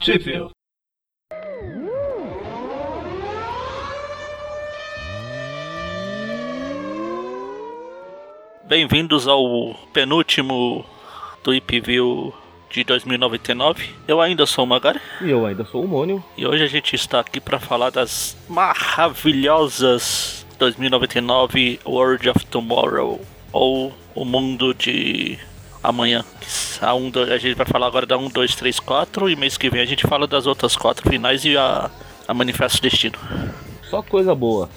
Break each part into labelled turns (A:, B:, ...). A: Sheffield.
B: Bem-vindos ao penúltimo do IPView de 2099. Eu ainda sou o Magari
C: E eu ainda sou o Mônio.
B: e hoje a gente está aqui para falar das maravilhosas 2099 World of Tomorrow ou o mundo de amanhã. A, um, do- a gente vai falar agora da 1, 2, 3, 4 e mês que vem a gente fala das outras quatro finais e a, a Manifesto Destino.
C: Só coisa boa.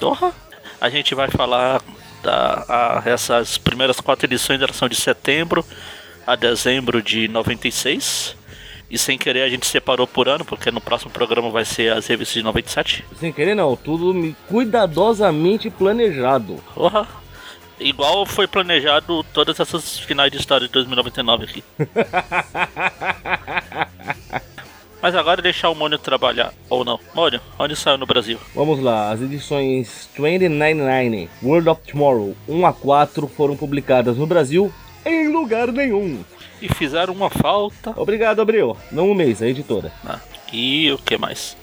B: Porra. A gente vai falar da a- essas primeiras quatro edições, elas são de setembro a dezembro de 96. E sem querer a gente separou por ano, porque no próximo programa vai ser as revistas de 97.
C: Sem querer não, tudo me- cuidadosamente planejado.
B: Porra. Igual foi planejado todas essas finais de história de 2099 aqui. Mas agora é deixar o Mônio trabalhar, ou não. Mônio, onde saiu no Brasil?
C: Vamos lá, as edições 2099 World of Tomorrow 1 a 4 foram publicadas no Brasil em lugar nenhum.
B: E fizeram uma falta.
C: Obrigado, Abril. Não um mês, a editora.
B: Ah, e o que mais?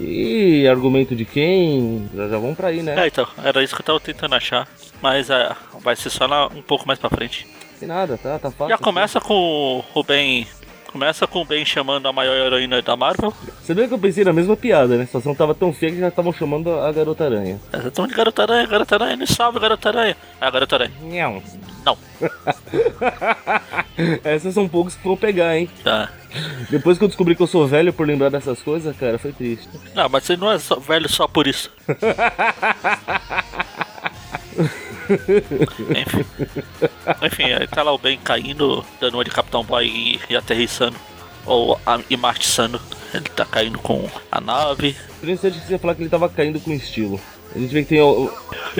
C: E argumento de quem? Já, já vamos pra aí, né?
B: É, então, era isso que eu tava tentando achar. Mas é, vai ser só lá um pouco mais pra frente.
C: Sem nada, tá? Tá fácil.
B: Já começa com o Ben. Começa com o Ben chamando a maior heroína da Marvel.
C: Você vê que eu pensei na mesma piada, né? A situação tava tão feia que já estavam chamando a Garota Aranha.
B: Essa tão de garota aranha, garota aranha, me salve, garota aranha. É a garota aranha.
C: Não.
B: Não.
C: Essas são poucos que vão pegar, hein?
B: Tá.
C: Depois que eu descobri que eu sou velho por lembrar dessas coisas, cara, foi triste.
B: Não, mas você não é só- velho só por isso. Enfim. Enfim, aí tá lá o Ben caindo, dando uma de Capitão Boy e, e aterrissando. Ou a, e martiçando. Ele tá caindo com a nave.
C: Interessante que você ia falar que ele tava caindo com estilo. A gente vê que tem, ó,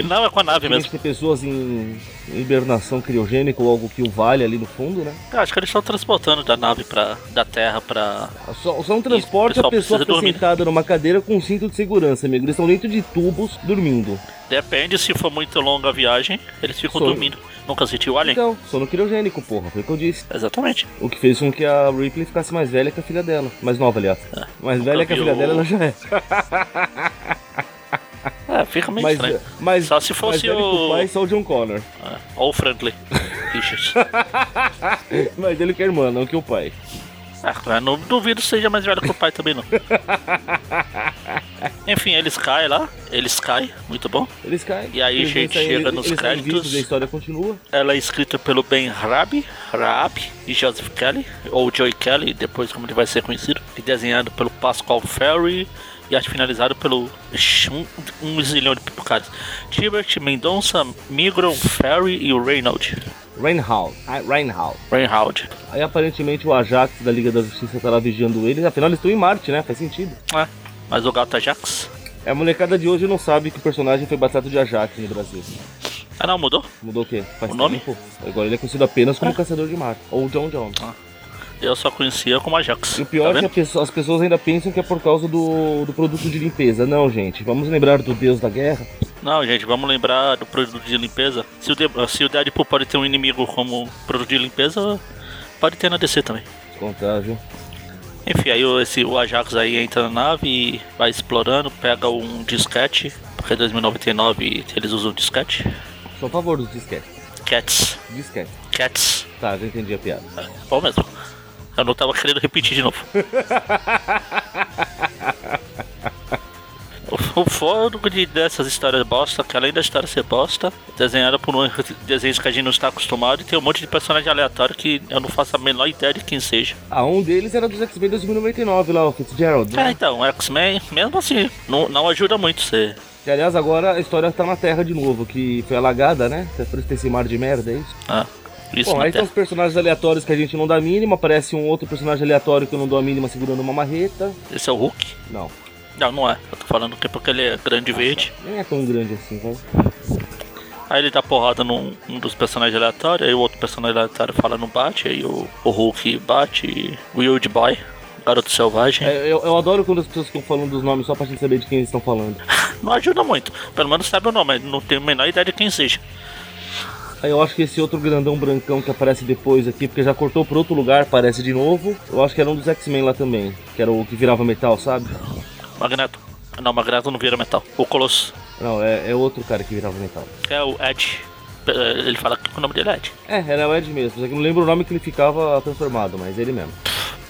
B: Não, é com a nave
C: tem,
B: mesmo.
C: tem pessoas em hibernação criogênica ou algo que o vale ali no fundo, né?
B: Eu acho que eles estão transportando da nave pra, da Terra pra.
C: Só, só um transporte
B: Isso,
C: a pessoa
B: pessoal, precisa
C: fica
B: dormir.
C: sentada numa cadeira com um cinto de segurança, amigo. Eles estão dentro de tubos dormindo.
B: Depende se for muito longa a viagem, eles ficam
C: Sono.
B: dormindo. Nunca assistiu Alien?
C: Então, sono criogênico, porra, foi o que eu disse.
B: Exatamente.
C: O que fez com que a Ripley ficasse mais velha que a filha dela. Mais nova, aliás. mais velha que a
B: Ah, vi
C: filha
B: o-
C: dela, ela já é.
B: É, fica meio
C: Mas,
B: estranho.
C: mas,
B: Só se
C: mais
B: fosse
C: velha que
B: o-
C: pai, só o John Connor.
B: É, Ou o Franklin. Richards.
C: Mas ele que a irmã, não que o pai.
B: Ah, eu não duvido que seja mais velho que o pai também, não. Enfim, eles caem lá. Eles caem, muito bom.
C: Eles caem.
B: E aí,
C: eles
B: gente,
C: saem-
B: chega
C: eles-
B: nos
C: eles saem
B: créditos.
C: vivos, A história continua.
B: Ela é escrita pelo Ben Rabi, Raab e Joseph Kelly, ou Joey Kelly, depois como ele vai ser conhecido, e desenhado pelo Pascal Ferry e arte finalizada pelo Ixi, um, um zilhão de pipocadas. Tibert, Mendonça, Migron, Ferry e o Reynold.
C: Reinhold. Ah, Reinhold.
B: Reinhold.
C: Aí aparentemente o Ajax da Liga da Justiça tá lá vigiando eles. Afinal, eles estão em Marte, né? Faz sentido.
B: É, mas o Gata Jax?
C: É, A molecada de hoje não sabe que o personagem foi batata de Ajax no Brasil.
B: Ah não, mudou?
C: Mudou o quê? Faz
B: O nome? Ah.
C: tempo? Agora ele é conhecido apenas como Caçador de Marte. Ou John Jones.
B: Eu só conhecia como Ajax.
C: E o pior
B: tá
C: é que a
B: vendo?
C: pessoa- as pessoas ainda pensam que é por causa do, do produto de limpeza. Não, gente. Vamos lembrar do Deus da Guerra.
B: Não, gente, vamos lembrar do produto de limpeza. Se o, de se o Deadpool pode ter um inimigo como produto de limpeza, pode ter na DC também.
C: Contágio.
B: Enfim, aí o- esse, o Ajax aí entra na nave e vai explorando, pega um disquete, porque em 2099 eles usam disquete.
C: Sou a um favor é, dos disquetes.
B: Cats.
C: Disquete.
B: Cats.
C: é. Tá, já entendi a piada.
B: É, Bom mesmo. Eu não tava querendo repetir de novo. O- O fogo de, dessas histórias bosta, que além da história ser bosta, desenhada por um desenho que a gente não está acostumado e tem um monte de personagem aleatório que eu não faço a menor ideia de quem seja.
C: Ah, um deles era dos X-Men 2099 lá, o Fitzgerald.
B: É,
C: Né?
B: então, X-Men, mesmo assim, não, não ajuda muito você.
C: Que, aliás, agora a história tá na Terra de novo, que foi alagada, né? Até Por isso tem esse mar de merda, é isso?
B: Ah, isso
C: Bom,
B: na
C: aí tem
B: Terra.
C: os personagens aleatórios que a gente não dá a mínima, aparece um outro personagem aleatório que eu não dou a mínima segurando uma marreta.
B: Esse é o Hulk?
C: Não,
B: Não, não é. Eu tô falando que é porque ele é grande e verde.
C: nem é tão grande assim, vai.
B: Aí ele dá porrada num um dos personagens aleatórios, aí o outro personagem aleatório fala não bate, aí o, o Hulk bate e o Wild Boy, garoto selvagem.
C: É, eu, eu adoro quando as pessoas ficam falando dos nomes só pra gente saber de quem eles estão falando.
B: Não ajuda muito. Pelo menos sabe o nome, não tenho a menor ideia de quem seja.
C: Aí eu acho que esse outro grandão brancão que aparece depois aqui, porque já cortou por outro lugar, aparece de novo. Eu acho que era um dos X-Men lá também, que era o que virava metal, sabe?
B: Magneto. Não, Magneto não vira metal. O Colosso.
C: Não, é, é outro cara que virava metal.
B: É o Ed. Eh, Ele fala que o nome dele é Ed.
C: É, era o Ed mesmo, só que eu não lembro o nome que ele ficava transformado, mas ele mesmo.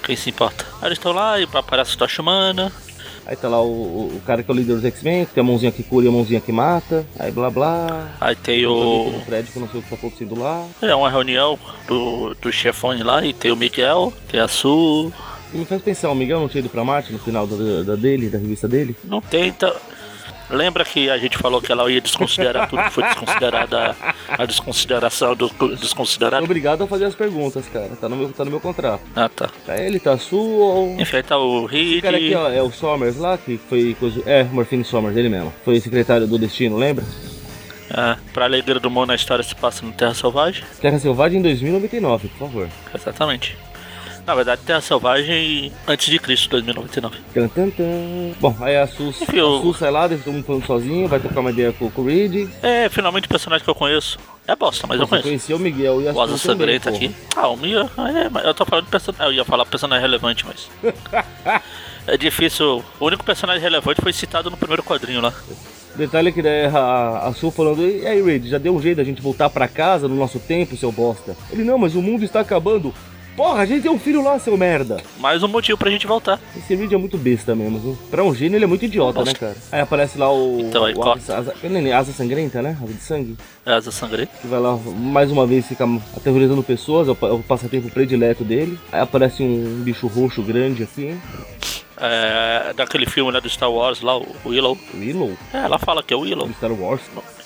B: Quem se importa? Aí eles estão lá e aparece o Tocha Humana.
C: Aí tá lá o, o- o cara que é o líder dos X-Men, que tem a mãozinha que cura e a mãozinha que mata. Aí blá blá.
B: Aí tem
C: O
B: o.
C: prédio que eu não sei o que tá acontecendo lá.
B: É uma reunião do, do chefões lá e tem o Miguel, tem a Su.
C: E me faz pensar, o Miguel não tinha ido pra Marte no final da, da dele, da revista dele?
B: Não tem. Tá... Lembra que a gente falou que ela ia desconsiderar tudo que foi desconsiderada a desconsideração do do desconsiderado?
C: Tá Obrigado a fazer as perguntas, cara. Tá no meu, tá no meu contrato.
B: Ah tá.
C: Tá ele, tá sua.
B: Enfim, aí tá o
C: O cara aqui,
B: Reed.
C: ó, é o Somers lá, que foi. coisa- É, Morfine Somers, ele mesmo. Foi secretário do Destino, lembra?
B: É, pra alegria do mundo, a história se passa no Terra Selvagem.
C: Terra Selvagem em 2099, por favor.
B: Exatamente. Na verdade, Terra Selvagem antes de Cristo, 2099.
C: Tan, tan, tan. Bom, aí a Sus, a
B: Enfim, o-
C: Sus sai lá, deixa todo mundo falando sozinho, vai trocar uma ideia com, com o Reed.
B: É, finalmente o personagem que eu conheço. É bosta, mas eu
C: Você
B: conheço.
C: conheceu o Miguel e a
B: O Asa
C: Sus também,
B: Sangrenta
C: porra.
B: aqui. Ah, o Mia. É, mas eu tô falando de personagem. Eu ia falar personagem relevante, mas. é difícil. O único personagem relevante foi citado no primeiro quadrinho lá.
C: Detalhe é que daí a, a Sul falando, e aí Reed, já deu um jeito da gente voltar pra casa no nosso tempo, seu bosta? Ele, não, mas o mundo está acabando. Porra, a gente tem um filho lá, seu merda.
B: Mais um motivo pra gente voltar.
C: Esse Reed é muito besta mesmo. viu? Pra um gênio ele é muito idiota,
B: Bosta.
C: né, cara? Aí aparece lá o.
B: Então, aí
C: o
B: corta.
C: asa, asa, eu nem- asa sangrenta, né? Asa de sangue.
B: É Asa Sangrenta.
C: Que vai lá mais uma vez ficar aterrorizando pessoas, é o, pa- é o passatempo predileto dele. Aí aparece um bicho roxo grande assim,
B: É, daquele filme lá do Star Wars lá, o Willow.
C: Willow,
B: É, ela fala que é o Willow.
C: do Star Wars.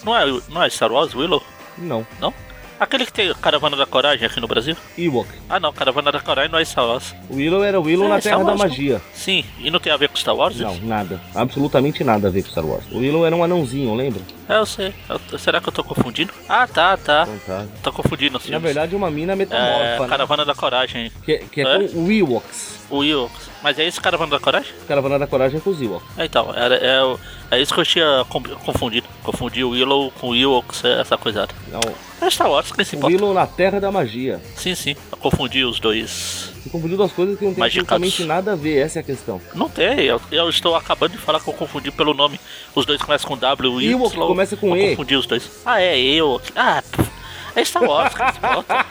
B: Não é, não é Star Wars, Willow?
C: Não,
B: Não? Aquele que tem a Caravana da Coragem aqui no Brasil?
C: Ewok.
B: Ah não, Caravana da Coragem não é Star Wars.
C: Willow era Willow
B: É,
C: na
B: Star
C: Terra da
B: Wars, não.
C: Magia.
B: Sim, e não tem a ver com Star Wars?
C: Não,
B: isso?
C: nada. Absolutamente nada a ver com Star Wars. O Willow era um anãozinho, lembra?
B: É, eu sei. Eu tô- será que eu tô confundindo? Ah, tá, tá.
C: Fantástico.
B: Tô confundindo, sim.
C: Na verdade, é uma mina
B: É,
C: metamorfa, né?
B: Caravana da Coragem.
C: Que, que é,
B: É?
C: com o Ewoks.
B: O Ewoks. Mas é esse Caravana da Coragem?
C: Caravana da Coragem é com os Ewoks.
B: É, então, era, é, o- é isso que eu tinha com- confundido. Confundi o Willow com o Ewoks, é, essa coisada.
C: Não,
B: É Star Wars, quem
C: o
B: se importa?
C: Willow na Terra da Magia.
B: Sim, sim. Eu confundi os dois.
C: Se confundiu duas coisas que não tem
B: Magicados.
C: absolutamente nada a ver, essa é a questão.
B: Não tem, eu, eu estou acabando de falar que eu confundi pelo nome. Os dois começam com W e
C: Ewok
B: Y.
C: começa com
B: eu
C: E.
B: confundi os dois. Ah, é eu. Ah, pff, é Star Wars, que se importa.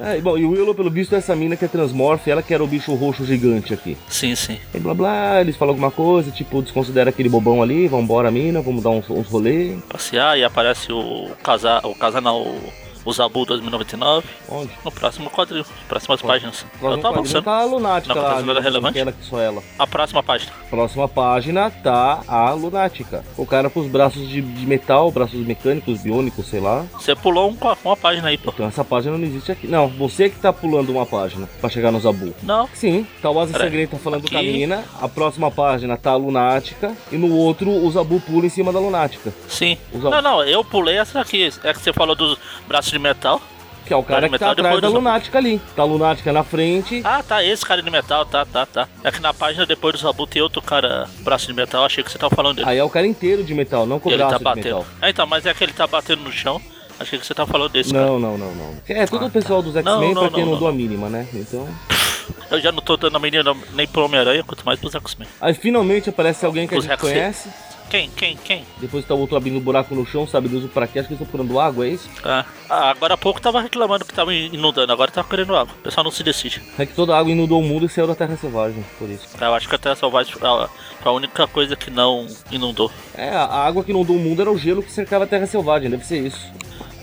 C: É, e bom, e o Willow, pelo visto, é essa mina que é transmorfa, ela que era o bicho roxo gigante aqui.
B: Sim, sim.
C: E blá blá, eles falam alguma coisa, tipo, desconsidera aquele bobão ali, vambora mina, vamos dar uns, uns rolê.
B: Passear e aparece o casar, o casar não, o, o Zabu 2099
C: Onde?
B: no próximo quadril, nas próximas páginas. eu
C: Próximo
B: tô
C: quadrinho
B: avançando.
C: tá a lunática
B: Não
C: lá,
B: acontece nada
C: né,
B: relevante?
C: aquela que só ela.
B: A próxima página.
C: Próxima página tá a lunática. O cara com os braços de, de metal, braços mecânicos, biônicos, sei lá.
B: Você pulou um co- uma página aí, pô.
C: Então essa página não existe aqui. Não, você que tá pulando uma página pra chegar no Zabu.
B: Não,
C: Sim, tá o Asa
B: Peraí,
C: Sangrenta falando
B: aqui.
C: com a mina. A próxima página tá a lunática. E no outro, o Zabu pula em cima da lunática.
B: sim.
C: O Zabu.
B: Não, não, eu pulei essa aqui. É que você falou dos braços de metal.
C: Que é o cara
B: Cara de
C: que tá
B: metal
C: atrás
B: depois
C: da
B: do Zabu.
C: lunática ali. Tá a lunática na frente.
B: Ah, tá, esse cara de metal, tá, tá, tá. É que na página depois do Zabu tem outro cara, braço de metal, achei que você tava falando dele.
C: Aí é o cara inteiro de metal, não com o
B: ele
C: braço
B: tá
C: de
B: batendo.
C: metal.
B: Ah, então, mas é que ele tá batendo no chão, achei que você tava falando desse
C: Não, não, não, não. É todo o pessoal dos
B: Ah, tá. Não,
C: X-Men,
B: não,
C: pra quem
B: não,
C: não,
B: não.
C: dou a mínima, né? Então.
B: cara. Eu já não tô dando a menina nem pro Homem-Aranha, quanto mais pros X-Men.
C: Aí finalmente aparece alguém que a
B: Os
C: gente
B: Rex-
C: conhece.
B: Quem, quem, quem?
C: Depois tá o outro abrindo um buraco no chão, sabe Deus o pra quê? Acho que eles estão procurando água, é isso?
B: Ah, ah, agora há pouco tava reclamando que tava inundando, agora tá querendo água. O pessoal não se decide.
C: É que toda a água inundou o mundo e saiu da Terra Selvagem, por isso.
B: Eu acho que até Selvagem foi a- foi a única coisa que não inundou.
C: É, a a água que inundou o mundo era o gelo que cercava a Terra Selvagem, deve ser isso.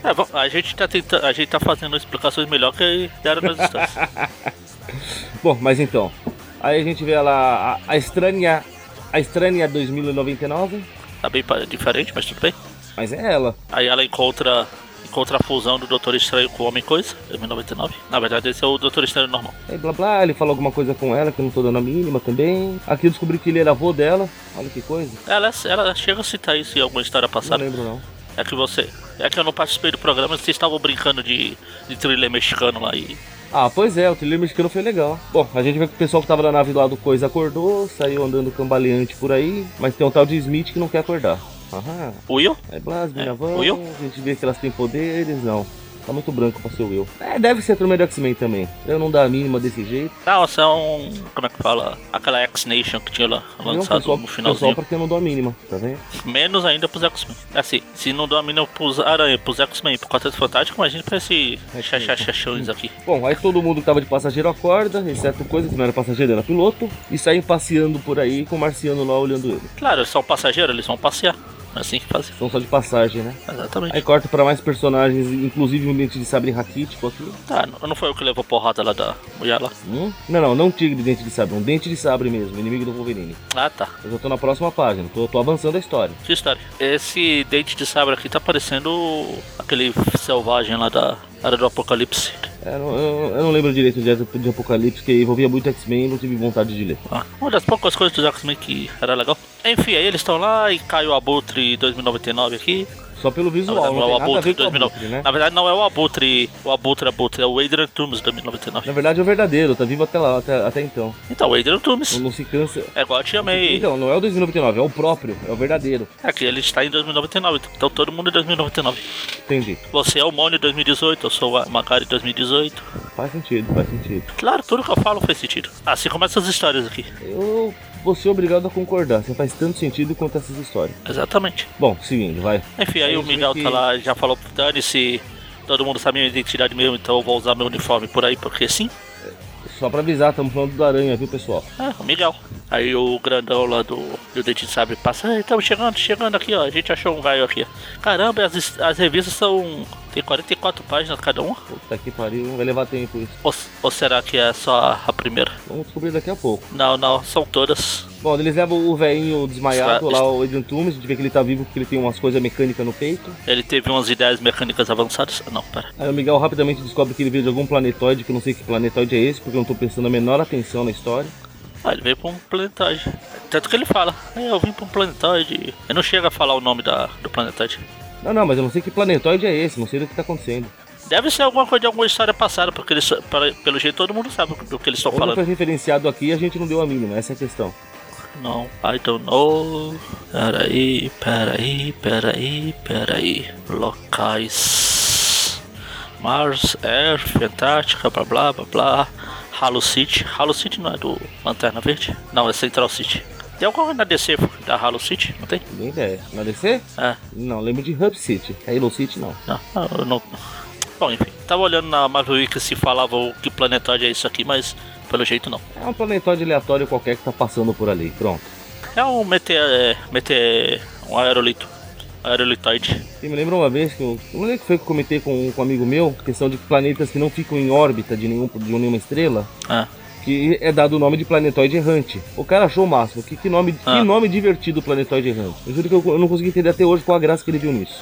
B: É, bom, a gente tá tentando, a gente tá fazendo explicações melhor que deram nas instâncias.
C: Bom, mas então. Aí a gente vê lá a, a estranha. A estranha 2099.
B: Tá bem pa- diferente, mas tudo bem.
C: Mas é ela.
B: Aí ela encontra, encontra a fusão do Doutor Estranho com o Homem Coisa, M99. Na verdade, esse é o Doutor Estranho normal.
C: Aí blá blá, ele fala alguma coisa com ela que eu não tô dando a mínima também. Aqui eu descobri que ele era avô dela. Olha que coisa.
B: Ela, ela chega a citar isso em alguma história
C: Não
B: passada.
C: lembro não.
B: É que você. É que eu não participei do programa, vocês estavam brincando de, de thriller mexicano lá e.
C: Ah, pois é, o trilho mexicano foi legal. Bom, a gente vê que o pessoal que tava na nave lá do Coisa acordou, saiu andando cambaleante por aí, mas tem um tal de Smith que não quer acordar. Aham.
B: Will?
C: É Blasmin,
B: É,
C: é,
B: Will?
C: a gente vê que elas têm poderes, não. Tá muito branco pra ser o Will. É, deve ser a turma do X-Men também. Eu não dar a mínima desse jeito.
B: Não, são. Como Ah, é que fala? Aquela X-Nation que tinha lá
C: não,
B: lançado
C: pessoal,
B: no
C: pessoal
B: finalzinho.
C: pra quem não dá a mínima, tá vendo?
B: Menos ainda pros X-Men. Assim, se não domina pros Aranha, pros X-Men, pro Quarteto Fantástico, imagina pra esse
C: É que-
B: chachachachões aqui.
C: Bom, aí todo mundo que tava de passageiro acorda, exceto coisa que não era passageiro, era piloto, e saem passeando por aí com o marciano lá olhando ele.
B: Claro, eles são passageiros, eles vão passear. É assim que fazem.
C: São só de passagem, né?
B: Exatamente.
C: Aí corta pra mais personagens, inclusive um dente de sabre raquítico aqui.
B: Tá, não não foi eu que levou porrada lá da mulher lá.
C: Hum? Não, não, não tigre de dente de sabre, um dente de sabre mesmo, inimigo do Wolverine.
B: Ah, tá.
C: Eu já tô na próxima página, tô, tô avançando a história.
B: Que história. Esse dente de sabre aqui tá parecendo aquele selvagem lá da Era do Apocalipse.
C: É, não- eu, eu não lembro direito de, de Apocalipse, que envolvia muito X-Men e não tive vontade de ler.
B: Ah, Uma das poucas coisas do X-Men que era legal. Enfim, aí eles estão lá e cai o Abutre 2099 aqui.
C: Só pelo
B: Na
C: visual,
B: verdade,
C: não
B: não é
C: tem
B: o
C: nada a
B: Abutre
C: ver com o
B: 2009.
C: Abutre, né?
B: Na verdade, não é o Abutre, o Abutre Abutre, é o Adrian Toomes 2099.
C: Na verdade é o verdadeiro, tá vivo até lá, até, até então.
B: Então, o Adrian
C: Não,
B: Toomes
C: não se cansa.
B: é igual a Tia May.
C: Então, não é o 2099, é o próprio, é o verdadeiro.
B: Aqui ele está em 2099, então todo mundo em 2099.
C: Entendi.
B: Você é o Mônio 2018, eu sou o Macari 2018.
C: Faz sentido, faz sentido.
B: Claro, tudo que eu falo faz sentido. Assim começam as histórias aqui.
C: Eu vou ser obrigado a concordar, você faz tanto sentido quanto essas histórias.
B: Exatamente.
C: Bom, seguinte, vai.
B: Enfim, aí
C: É
B: o
C: isso aí
B: Miguel
C: que-
B: tá lá, já falou pro Dani se todo mundo sabe minha identidade mesmo, então eu vou usar meu uniforme por aí, porque sim.
C: Só pra avisar, estamos falando do Aranha, viu, pessoal?
B: É, o Miguel. Aí o grandão lá do, do Dente de Sabre passa, estamos chegando, chegando aqui, ó. A gente achou um galho aqui. ó. Caramba, as, his- as revistas são. tem 44 páginas cada uma?
C: Puta que pariu, não vai levar tempo isso.
B: Ou, ou será que é só a primeira?
C: Vamos descobrir daqui a pouco.
B: Não, não, são todas.
C: Bom, eles levam o velhinho desmaiado
B: Está-
C: lá, o Adrian Toomes, a gente vê que ele tá vivo porque ele tem umas coisas mecânicas no peito.
B: Ele teve umas ideias mecânicas avançadas? Ah, Não, pera.
C: Aí o Miguel rapidamente descobre que ele veio de algum planetoide, que eu não sei que planetoide é esse, porque eu não tô prestando a menor atenção na história.
B: Ah, ele veio pra um planetário. Tanto que ele fala, é, eu vim pra um planetário. Ele não chega a falar o nome da, do planetário.
C: Não, não, mas eu não sei que planetoide é esse, não sei do que tá acontecendo.
B: Deve ser alguma coisa de alguma história passada, porque eles, para- pelo jeito todo mundo sabe do que eles estão
C: Ou não foi
B: falando.
C: referenciado aqui e a gente não deu a mínima, essa é a questão.
B: Não, I don't know. Peraí, peraí, peraí, peraí. Locais. Mars, Earth, Antártica, blá blá blá blá. Halo City. Halo City não é do Lanterna Verde? Não, é Central City. Tem alguma na DC da Halo City? Não tem?
C: Nem ideia. Na DC?
B: É.
C: Não, lembro de Hub City. É Halo City, não.
B: Não, não, eu não. Bom, enfim, tava olhando na Marvel Wiki se falava o que planetário é isso aqui, mas pelo jeito não.
C: É um planetoide aleatório qualquer que tá passando por ali. Pronto.
B: É um meteor. é, meteor- um aerolito. Aerolitoide.
C: E me lembra uma vez que eu. eu Não lembro que foi que eu comentei com, com um amigo meu, questão de planetas que não ficam em órbita de, nenhum, de nenhuma estrela,
B: Ah,
C: que é dado o nome de planetoide errante. O cara achou o máximo. Que, que nome,
B: Ah.
C: que nome divertido planetoide errante. Eu juro que eu, eu não consegui entender até hoje qual a graça que ele viu nisso.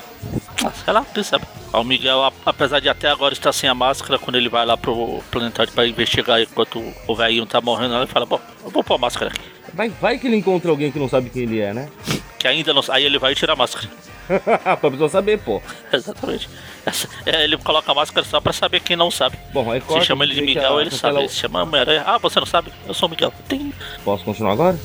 B: ah, sei lá, quem sabe. Ah, O Miguel, a- apesar de até agora estar sem a máscara, quando ele vai lá pro planetário pra investigar enquanto o velhinho tá morrendo, ele fala: Bom, eu vou pôr a máscara aqui.
C: Vai, vai que ele encontra alguém que não sabe quem ele é, né?
B: Que ainda não. Aí ele vai tirar a máscara.
C: pra pessoa saber, pô.
B: Exatamente. Essa- é, ele coloca a máscara só pra saber quem não sabe.
C: Bom, aí
B: Se
C: corta,
B: chama ele de
C: vê que
B: Miguel,
C: a-
B: ele
C: aquela-
B: sabe. Se chama Homem-Aranha. Ah, você não sabe? Eu sou o Miguel. Tem.
C: Posso continuar agora?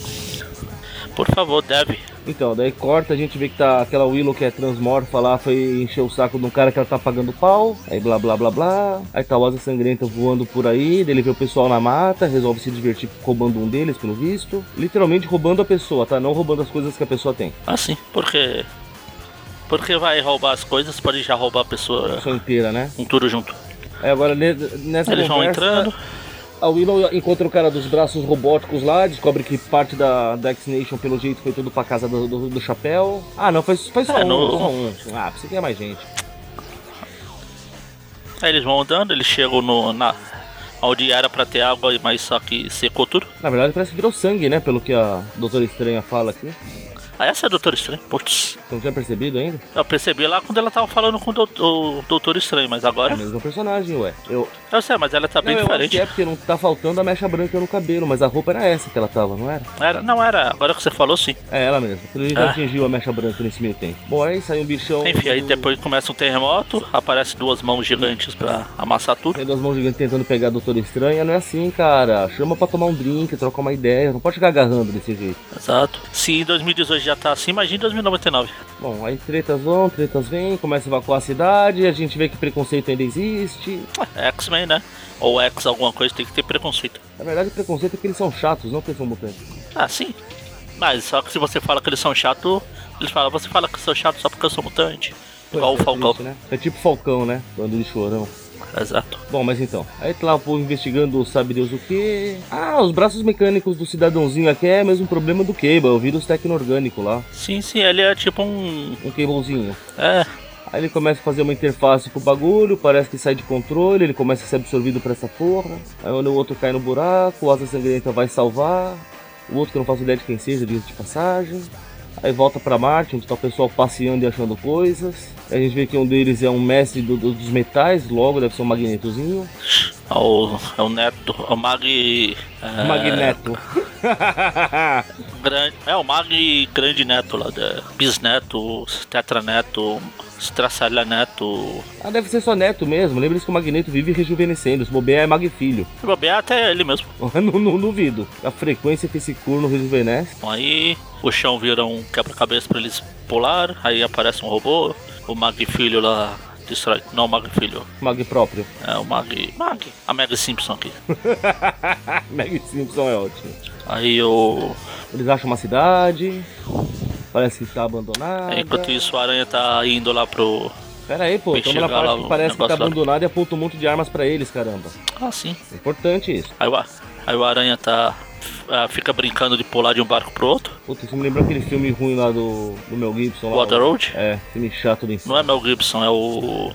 B: Por favor, deve.
C: Então, daí corta, a gente vê que tá aquela Willow que é transmorfa lá, foi encher o saco de um cara que ela tá pagando pau, aí blá blá blá blá. Aí tá o Asa Sangrenta voando por aí, daí ele vê o pessoal na mata, resolve se divertir roubando um deles, pelo visto. Literalmente roubando a pessoa, tá? Não roubando as coisas que a pessoa tem.
B: Assim, porque. Porque vai roubar as coisas, pode já roubar a pessoa
C: Só inteira, né?
B: um tudo junto.
C: Aí agora ne- nessa
B: Eles vão
C: conversa, tá
B: entrando.
C: A Willow encontra o cara dos braços robóticos lá, descobre que parte da, da X-Nation, pelo jeito, foi tudo pra casa do, do- do chapéu. Ah, não, foi, foi só,
B: É,
C: um,
B: não-
C: só um. Ah, você quer mais gente.
B: Aí eles vão andando, eles chegam no, na. Onde era pra ter água, mas só que secou tudo.
C: Na verdade, parece que virou sangue, né? Pelo que a Doutora Estranha fala aqui.
B: Ah, essa é a Doutor Estranho. Putz.
C: Você não tinha percebido ainda?
B: Eu percebi lá quando ela tava falando com o Doutor, o Doutor Estranho, mas agora.
C: É o mesmo personagem, ué. Eu,
B: Eu sei, mas ela tá bem
C: não, eu acho
B: diferente.
C: que é porque não tá faltando a mecha branca no cabelo, mas a roupa era essa que ela tava, não era?
B: Era, não era, agora que você falou sim.
C: É ela mesma. Pelo jeito ela
B: Ah.
C: atingiu a mecha branca nesse meio tempo. Bom, aí saiu um bichão.
B: Enfim, aí
C: do-
B: depois começa um terremoto, aparece duas mãos gigantes pra amassar tudo.
C: Tem duas mãos gigantes tentando pegar a Doutora Estranha, não é assim, cara. Chama pra tomar um drink, troca uma ideia, não pode ficar agarrando desse jeito.
B: Exato. Se em 2018 já tá assim, imagina em 2099.
C: Bom, aí tretas vão, tretas vêm, começa a evacuar a cidade, a gente vê que preconceito ainda existe.
B: É X-Men, né? Ou X alguma coisa tem que ter preconceito.
C: Na verdade, o preconceito é que eles são chatos, não que eles são mutantes.
B: Ah, sim. Mas só que se você fala que eles são chato, eles falam, você fala que são chato só porque eu sou mutante. Igual o
C: Pois é,
B: Falcão.
C: triste, né? É tipo Falcão, né? Bando de chorão.
B: Exato.
C: Bom, mas então, aí tá lá o povo investigando sabe Deus o que. Ah, os braços mecânicos do cidadãozinho aqui é o mesmo problema do Cable, o vírus tecno-orgânico lá,
B: Sim, sim, ele é tipo um.
C: um Cablezinho.
B: É,
C: Aí ele começa a fazer uma interface com o bagulho, parece que sai de controle, ele começa a ser absorvido pra essa porra. Aí onde o outro cai no buraco, o Asa Sangrenta vai salvar, o outro que eu não faço ideia de quem seja, diz de passagem. Aí volta pra Marte, onde tá o pessoal passeando e achando coisas. Aí a gente vê que um deles é um mestre do- do- dos metais, logo deve ser um magnetozinho.
B: é o, é o Neto, é o Mag. É,
C: Magneto.
B: Grande, é o Mag Grande Neto lá, da Bisneto, Tetraneto, Estraçalha Neto.
C: ah, deve ser só neto mesmo. Lembra-se que o Magneto vive rejuvenescendo. Se bobear é Magfilho.
B: Se bobear, até ele mesmo.
C: não, não duvido. A frequência que esse corno rejuvenesce.
B: Bom, Aí o chão vira um quebra-cabeça pra eles pular, aí aparece um robô, o Mag Filho lá destrói. Não, o Mag Filho,
C: Mag próprio.
B: é o Mag. Mag, a Meg Simpson aqui.
C: Meg Simpson é ótimo.
B: Aí o.
C: Eles acham uma cidade. Parece que tá abandonada.
B: aí, É, enquanto isso, a aranha tá indo lá pro.
C: Pera aí, pô.
B: Tem que
C: Tamo na
B: chegar lá
C: parte que
B: o
C: parece que tá
B: negócio lá.
C: abandonada e aponta um monte de armas pra eles, caramba.
B: Ah, sim.
C: É importante isso.
B: Aí o, a- aí o aranha tá. ah, fica brincando de pular de um barco pro outro.
C: Puta, isso me lembrou aquele filme ruim lá do, do Mel Gibson. Lá,
B: Water Road?
C: É, filme chato do
B: Não é Mel Gibson, é o.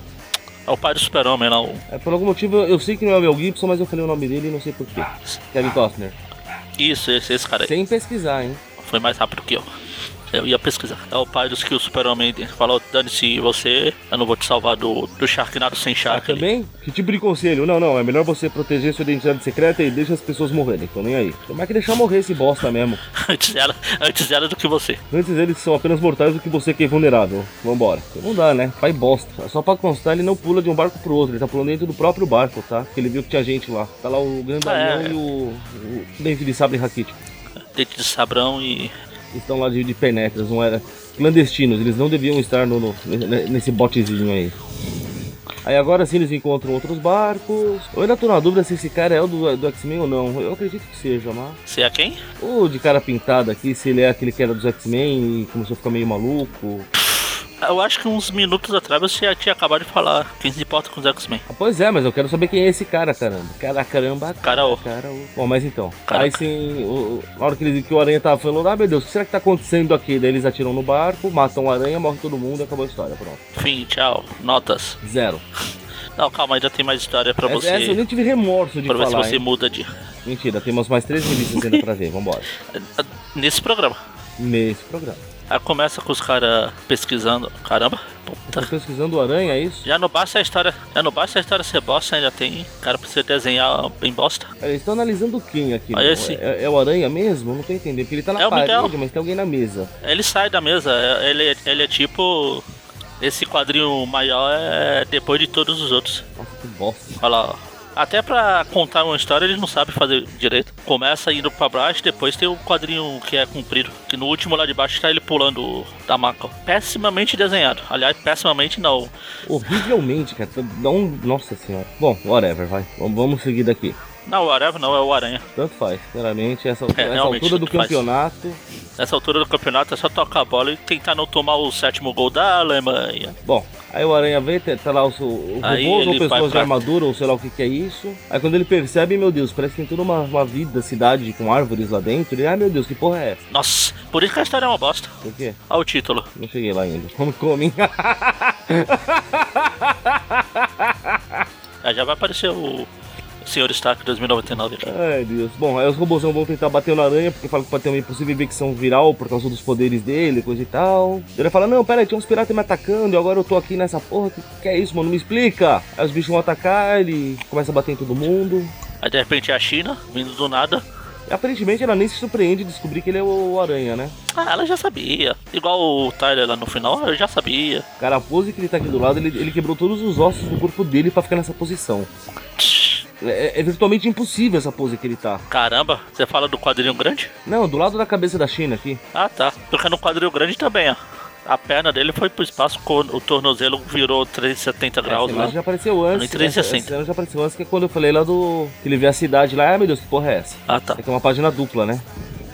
B: É o pai do super-homem lá, o-
C: É, por algum motivo, eu sei que não é o Mel Gibson, mas eu falei o nome dele e não sei porquê. Kevin Costner.
B: Isso, esse, esse cara aí.
C: Sem pesquisar, hein?
B: Foi mais rápido que eu. Eu ia pesquisar. É o pai dos que o super-homem falou, dane-se você, eu não vou te salvar do, do Sharknado sem
C: Ah,
B: Shark. ali."
C: também? Que tipo de conselho? Não, não, é melhor você proteger sua identidade secreta e deixa as pessoas morrerem, tô nem aí. Como é que deixar morrer esse bosta mesmo?
B: antes, ela, antes ela do que você.
C: Antes eles são apenas mortais do que você que é vulnerável. Vambora. Não dá, né? Pai bosta. Só pra constar, ele não pula de um barco pro outro, ele tá pulando dentro do próprio barco, tá? Porque ele viu que tinha gente lá. Tá lá o
B: Ah,
C: Grandalhão
B: é.
C: e o, o Dente de Sabre Raquítico.
B: Dente de sabrão e.
C: Eles estão lá de, de penetras, não era clandestinos, eles não deviam estar no, no- ne- nesse botezinho aí. Aí agora sim eles encontram outros barcos. Eu ainda tô na dúvida se esse cara é o do, do X-Men ou não. Eu acredito que seja, mas.
B: Você é quem?
C: Ou de cara pintado aqui, se ele é aquele que era dos X-Men e começou a ficar meio maluco.
B: Eu acho que uns minutos atrás você já tinha acabado de falar. Quem se importa com os X-Men?
C: Ah, pois é, mas eu quero saber quem é esse cara, caramba. Cara, caramba,
B: Cara, ô.
C: cara. ô. Bom, mas então.
B: Caraca.
C: Aí sim, o, o- na hora que, eles, que o Aranha tava falando, ah meu Deus, o que será que tá acontecendo aqui? Daí eles atiram no barco, matam o Aranha, morre todo mundo e acabou a história, pronto.
B: Fim, tchau. Notas.
C: Zero.
B: Não, calma, ainda tem mais história pra
C: Essa-
B: você.
C: Essa eu nem tive remorso de
B: pra ver se
C: falar.
B: você
C: hein?
B: muda de.
C: Mentira, temos mais 3 minutos ainda pra ver, vambora.
B: Nesse programa.
C: Nesse programa.
B: Aí começa com os caras pesquisando. Caramba,
C: Tá
B: puta.
C: pesquisando o aranha, é isso?
B: Já não basta a história. Já não basta a história ser bosta, ainda tem. cara precisa desenhar bem bosta.
C: Eles estão analisando quem aqui?
B: Ah,
C: meu?
B: esse.
C: É, é o aranha mesmo? Não tô entendendo. Porque ele tá na
B: É o
C: parede,
B: Miguel.
C: mas tem alguém na mesa.
B: Ele sai da mesa, é- ele, ele é tipo. Esse quadrinho maior é depois de todos os outros.
C: Nossa, que bosta.
B: Olha lá, ó. Até pra contar uma história, eles não sabem fazer direito. Começa indo pra baixo, depois tem o quadrinho que é comprido. Que no último lá de baixo tá ele pulando da maca. ó. Pessimamente desenhado. Aliás, pessimamente não.
C: Horrivelmente, cara. Dá um. Nossa senhora. Bom, whatever, vai. Vamos, vamos seguir daqui.
B: Não, o Areva não, é o Aranha.
C: Tanto faz, claramente. Essa, essa
B: É, realmente,
C: altura do
B: tanto faz.
C: campeonato.
B: Nessa altura do campeonato é só tocar a bola e tentar não tomar o sétimo gol da Alemanha.
C: Bom, aí o Aranha vem, tá tá lá os, o
B: Aí
C: robôs ou
B: ele vai
C: pessoas de
B: pra-
C: armadura, ou sei lá o que que é isso. Aí quando ele percebe, meu Deus, parece que tem toda uma, uma vida, cidade com árvores lá dentro. Ele, ai meu Deus, que porra é essa?
B: Nossa, por isso que a história é uma bosta.
C: Por quê?
B: Olha o título.
C: Não cheguei lá ainda. Como come?
B: Aí É, já vai aparecer o Senhor Stark 2099 aqui.
C: ai Deus. Bom, aí os robôzão vão tentar bater na aranha, porque falam que pode ter uma impossível infecção viral por causa dos poderes dele, coisa e tal. Ele fala, não, pera aí, tinha uns piratas me atacando, e agora eu tô aqui nessa porra, que, que é isso, mano? Me explica! Aí os bichos vão atacar, ele começa a bater em todo mundo.
B: Aí de repente é a China, vindo do nada.
C: E, aparentemente ela nem se surpreende de descobrir que ele é o aranha, né?
B: Ah, ela já sabia. Igual o Tyler lá no final, eu já sabia.
C: Cara, a pose que ele tá aqui do lado, ele, ele quebrou todos os ossos do corpo dele pra ficar nessa posição. É, é virtualmente impossível essa pose que ele tá.
B: Caramba, você fala do quadrinho grande?
C: Não, do lado da cabeça da China aqui.
B: Ah tá, porque no quadrinho grande também, ó. A perna dele foi pro espaço, cor- o tornozelo virou 370
C: Essa
B: graus. né? lá.
C: imagem é já apareceu antes.
B: Em 360.
C: Essa, essa imagem já apareceu antes, que é quando eu falei lá do. que ele vê a cidade lá. Ah, meu Deus, que porra é essa?
B: Ah, tá.
C: É que é uma página dupla, né?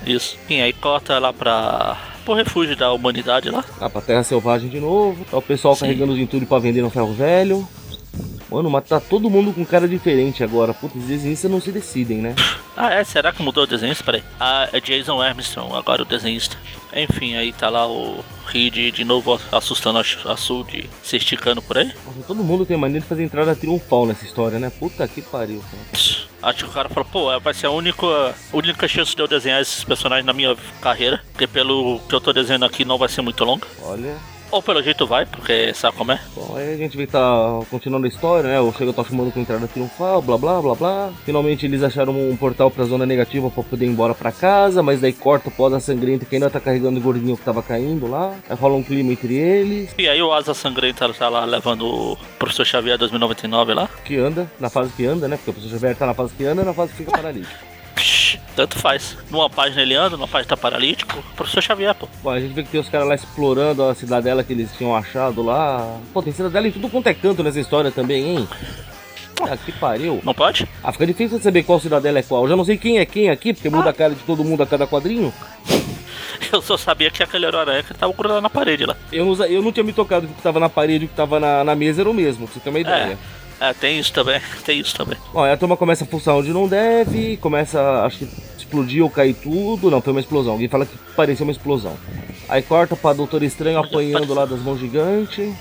B: Isso. E aí corta lá pra. pro refúgio da humanidade lá.
C: Ah, pra terra selvagem de novo. Tá o pessoal
B: Sim.
C: carregando os entulhos pra vender no ferro velho. Mano, mas tá todo mundo com cara diferente agora. Putz, os desenhistas não se decidem, né?
B: Ah, é? Será que mudou o desenhista? Peraí. Ah, é Jason Armstrong, agora o desenhista. Enfim, aí tá lá o Reed de novo assustando a Sh- a Sud, se esticando por aí.
C: Nossa, todo mundo tem mania de fazer entrada triunfal nessa história, né? Puta que pariu, cara.
B: Acho que o cara falou, pô, vai ser a única, única chance de eu desenhar esses personagens na minha carreira. Porque pelo que eu tô desenhando aqui não vai ser muito longa.
C: Olha.
B: Ou pelo jeito vai, porque sabe como é?
C: Bom, aí a gente vê que tá continuando a história, né? O Chega tá filmando com entrada triunfal, blá blá blá blá. Finalmente eles acharam um portal pra zona negativa pra poder ir embora pra casa, mas daí corta o pó da sangrenta que ainda tá carregando o gordinho que tava caindo lá. Aí rola um clima entre eles,
B: E aí o Asa Sangrenta tá lá levando o Professor Xavier 2099 lá.
C: que anda, na fase que anda, né? Porque o professor Xavier tá na fase que anda na fase que fica paralítico.
B: Psh, Tanto faz. Numa página ele anda, numa página tá paralítico. O Professor Xavier, pô.
C: Bom, a gente vê que tem os caras lá explorando a cidadela que eles tinham achado lá. Pô, tem cidadela em tudo quanto é canto nessa história também, hein? Ah, que pariu.
B: Não pode?
C: Ah, fica difícil de saber qual cidadela é qual. Eu já não sei quem é quem aqui, porque muda a cara de todo mundo a cada quadrinho.
B: Eu só sabia que aquele horário que ele tava grudado na parede lá.
C: Eu não, usa- eu não tinha me tocado que o que tava na parede e o que tava na, na mesa era o mesmo, pra você ter uma ideia.
B: É, é, tem isso também, tem isso também.
C: Bom, aí a turma começa a pulsar onde não deve, começa, acho que explodir ou cair tudo. Não, foi uma explosão. Alguém fala que parecia uma explosão. Aí corta pra Doutor Estranho apanhando lá das mãos gigantes.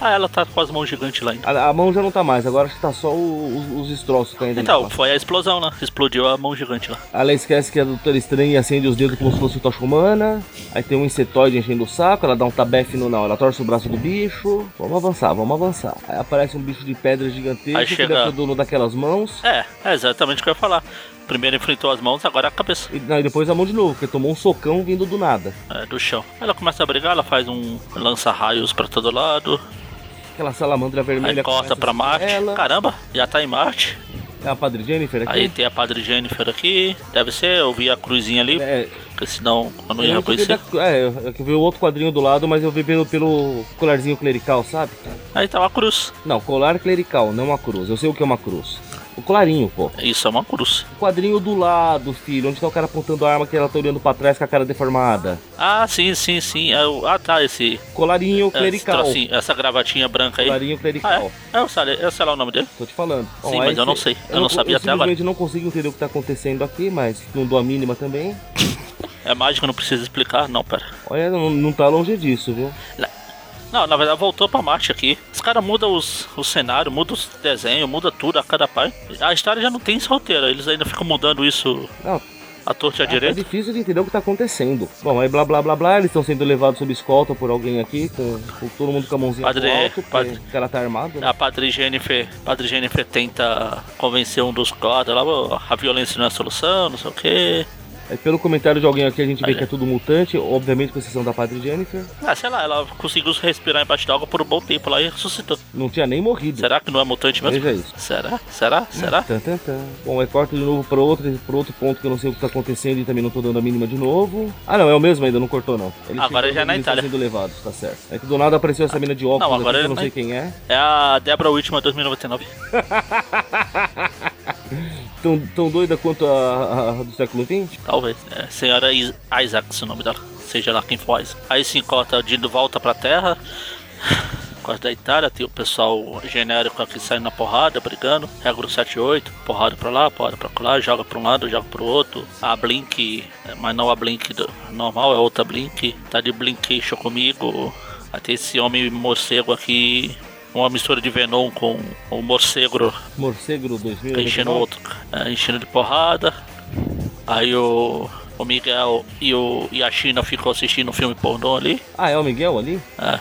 B: Ah, ela tá com as mãos gigantes lá ainda.
C: A, a mão já não tá mais, agora acho que tá só o- os- os destroços tá caindo.
B: Então,
C: nela.
B: foi a explosão, né? Explodiu a mão gigante lá.
C: Ela esquece que é a Doutora Estranha e acende os dedos como se fosse tocha humana. Aí tem um insetoide enchendo o saco, ela dá um tabefe no não, ela torce o braço do bicho. Vamos avançar, vamos avançar. Aí aparece um bicho de pedra gigantesco
B: Aí
C: que
B: chega-
C: deve ser o dono daquelas mãos.
B: É, é exatamente o que eu ia falar. Primeiro enfrentou as mãos, agora a cabeça
C: E, não, e depois a mão de novo, porque tomou um socão vindo do nada.
B: é, do chão. Ela começa a brigar, ela faz um lança-raios pra todo lado,
C: Aquela salamandra vermelha
B: aí corta
C: começa a
B: pra Marte.
C: seguir Ela.
B: Caramba, já tá em Marte.
C: É a Padre Jennifer aqui.
B: Aí tem a Padre Jennifer aqui, deve ser, eu vi a cruzinha ali,
C: É,
B: porque senão eu não ia
C: eu vi
B: reconhecer.
C: da- é, eu- eu vi o outro quadrinho do lado, mas eu vi pelo, pelo colarzinho clerical, sabe?
B: Aí tá uma cruz.
C: Não, colar clerical, não uma cruz. Eu sei o que é uma cruz. O colarinho, pô.
B: Isso é uma cruz.
C: O quadrinho do lado, filho, onde tá o cara apontando a arma que ela tá olhando pra trás com a cara deformada.
B: Ah, sim, sim, sim. É o- Ah, tá, esse.
C: Colarinho clerical.
B: Esse trocinho, essa gravatinha branca aí.
C: Colarinho
B: Ah,
C: clerical.
B: é? É o Sal- é, sei lá o nome dele.
C: Tô te falando.
B: Sim, mas eu não sei. Eu não sabia até agora.
C: Eu simplesmente não consigo entender o que tá acontecendo aqui, mas não dou a mínima também.
B: É mágica, não precisa explicar. Não, pera.
C: Olha, não, não tá longe disso, viu?
B: Não, na verdade voltou pra Marte aqui. Os caras mudam os, o cenário, mudam os desenhos, muda tudo a cada pai. A história já não tem esse roteiro, eles ainda ficam mudando isso
C: Não,
B: à torta e à
C: é
B: direita.
C: difícil de entender o que tá acontecendo. Bom, aí blá blá blá blá, eles estão sendo levados sob escolta por alguém aqui, com, com todo mundo com a mãozinha
B: Padre-
C: pro alto, porque
B: padre- Ah.
C: o cara tá armado. né?
B: A Padre Jennifer, Padre Jennifer tenta convencer um dos guardas lá, "Ô, a violência não é a solução, não sei o que.
C: Aí, pelo comentário de alguém aqui, a gente vê
B: Olha.
C: que é tudo mutante, obviamente com exceção da Padre Jennifer.
B: Ah, sei lá, ela conseguiu respirar embaixo d'água por um bom tempo lá e ressuscitou.
C: Não tinha nem morrido.
B: Será que não é mutante mesmo?
C: Veja isso.
B: Será? Será? Será?
C: Tan, tan, tan. Bom, aí corta de novo pra outro, pra outro ponto que eu não sei o que tá acontecendo e também não tô dando a mínima de novo. Ah, não, é o mesmo ainda, não cortou não. Ele
B: Agora já é na Itália.
C: sendo levados, tá certo. É que do nada apareceu essa mina de óculos,
B: Não,
C: aqui, que
B: agora
C: eu
B: ele
C: não
B: tá
C: sei quem é.
B: É a Debra Whitman 2099.
C: Tão, tão doida quanto a, a- a do século XX?
B: Talvez. É, senhora Is- Isaacs, o nome dela. Seja lá quem for. Isaac. Aí se encontra de volta pra terra. Quase da Itália, tem o pessoal genérico aqui saindo na porrada, brigando. Regra 78, porrada pra lá, porrada pra lá, joga pra um lado, joga pro outro. A Blink, é, mas não a Blink do- normal, é outra Blink. Tá de Blinkation comigo. Aí tem esse homem morcego aqui, uma mistura de Venom com o morcego
C: Morcego
B: Fica
C: 2000.
B: enchendo o outro, é, enchendo de porrada. Aí o, o Miguel e, o, e a China ficam assistindo um filme pornô ali.
C: Ah, é o Miguel ali?
B: É,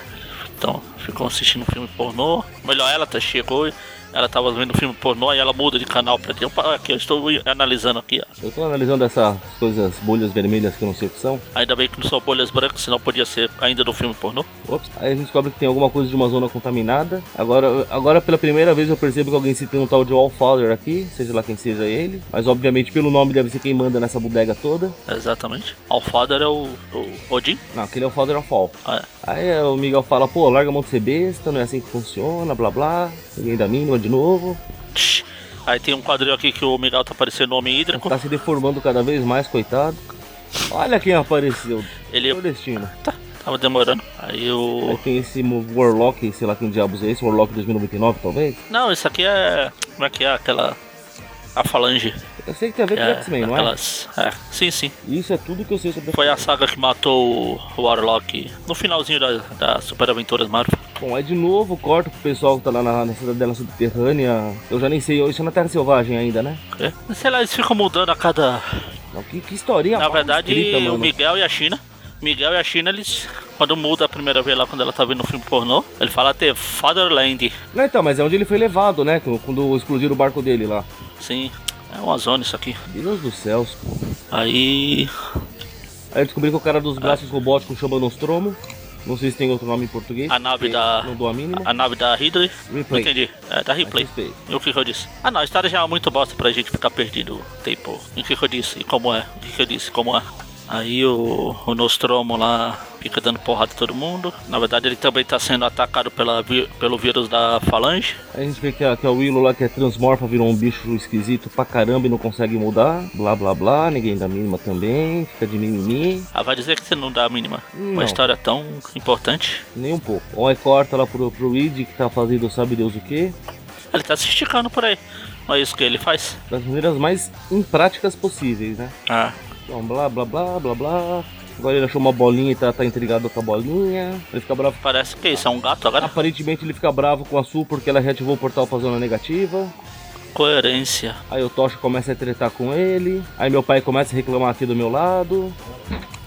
B: então, ficam assistindo um filme pornô. Melhor ela tá, chegou e Ela tava vendo filme pornô e ela muda de canal pra ter. Opa, Aqui, eu estou analisando aqui. ó.
C: Eu tô analisando essas coisas, bolhas vermelhas que eu não sei o que são.
B: Ainda bem que não são bolhas brancas, senão podia ser ainda do filme pornô.
C: Ops. Aí a gente descobre que tem alguma coisa de uma zona contaminada. Agora, agora pela primeira vez eu percebo que alguém cita um tal de Wallfather aqui, seja lá quem seja ele. Mas obviamente pelo nome deve ser quem manda nessa bodega toda.
B: Exatamente. Alfader é o, o Odin.
C: Não, aquele é o Father of All.
B: Ah, é.
C: Aí é, o Miguel fala, pô, larga a mão de ser besta, não é assim que funciona, blá blá. Ninguém da mínima de novo.
B: Tch. Aí tem um quadril aqui que o Miguel tá parecendo homem hídrico.
C: Tá se deformando cada vez mais, coitado. Olha quem apareceu.
B: Ele
C: Nordestino.
B: tá, tava demorando. Aí
C: Aí
B: o.
C: tem esse Warlock, sei lá quem diabos é esse, Warlock 2099 talvez.
B: Não, isso aqui é. Como é que é aquela. A falange.
C: Eu sei que tem a ver com
B: É,
C: X-Men, não é?
B: aquelas- é, Sim, sim.
C: Isso é tudo que eu sei sobre
B: Foi a saga que matou o Warlock no finalzinho da, da Super Aventuras Marvel.
C: Bom, aí de novo corta pro pessoal que tá lá na, na cidadela subterrânea. Eu já nem sei, isso é na Terra Selvagem ainda, né?
B: É. Sei lá, eles ficam mudando a cada.
C: Não, que, que historinha
B: Na
C: mal
B: verdade,
C: escrita,
B: o
C: mano.
B: Miguel e a China. Miguel e a China, eles. Quando muda a primeira vez lá, quando ela tá vendo o filme pornô, ele fala até Fatherland.
C: Não, então, mas é onde ele foi levado, né? Quando- Quando explodiram o barco dele lá.
B: Sim, é uma zona isso aqui.
C: Deus do céu.
B: Aí.
C: Aí eu descobri que o cara
B: Ah.
C: dos braços robóticos chama Nostromo. Não sei se tem outro nome em português.
B: A nave
C: porque
B: da-
C: Não dou a mínima.
B: A nave da Ridley. Não
C: Replay.
B: entendi. É da Replay.
C: Replay.
B: E o que, que eu disse? Ah não, a história já é muito bosta pra gente ficar perdido o tempo. E o que, que eu disse? E como é? O que, que eu disse? Como é? Aí o, o Nostromo lá fica dando porrada em todo mundo. Na verdade ele também tá sendo atacado pela, vi- pelo vírus da falange.
C: Aí a gente vê que a, que a Willow lá que é transmorfa virou um bicho esquisito pra caramba e não consegue mudar. Blá blá blá, ninguém dá mínima também, fica de mimimi,
B: Ah, vai dizer que você não dá a mínima. Uma
C: Não.
B: história tão importante.
C: nem um pouco. Ó, aí corta lá pro, pro Reed que tá fazendo sabe Deus o que.
B: Ele tá se esticando por aí. Não é isso que ele faz.
C: Das maneiras mais impráticas possíveis, né?
B: Ah,
C: Então blá blá blá blá blá. Agora ele achou uma bolinha e tá, tá intrigado com a bolinha. Ele fica bravo.
B: parece que isso é um gato agora.
C: Aparentemente ele fica bravo com a Su porque ela reativou o portal pra zona negativa.
B: Coerência.
C: Aí o Tocha começa a tretar com ele. Aí meu pai começa a reclamar aqui do meu lado.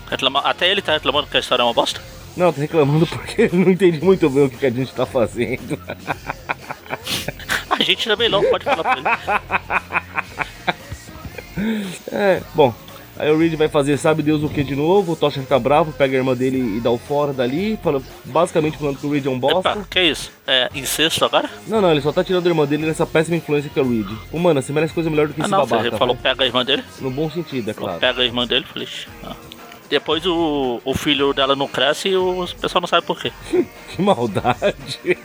B: Reclama- Até ele tá reclamando que a história é uma bosta.
C: Não, tô reclamando porque ele não entende muito bem o que, que a gente tá fazendo.
B: A gente também não pode falar pra ele.
C: É, bom. Aí o Reed vai fazer sabe Deus o que de novo, o Tocha fica bravo, pega a irmã dele e dá o fora dali, fala, basicamente falando que o Reed é um bosta.
B: Epa, que isso? É incesto agora?
C: Não, não, ele só tá tirando a irmã dele nessa péssima influência que é o Reed. Ô, mano, você merece coisa melhor do que
B: Ah
C: esse
B: não, você
C: babaca.
B: falou
C: né?
B: pega a irmã dele?
C: No bom sentido, é
B: Falou
C: claro.
B: pega a irmã dele, falei. "Ixi, ah." Depois o, o filho dela não cresce e o pessoal não sabe por quê.
C: Que maldade.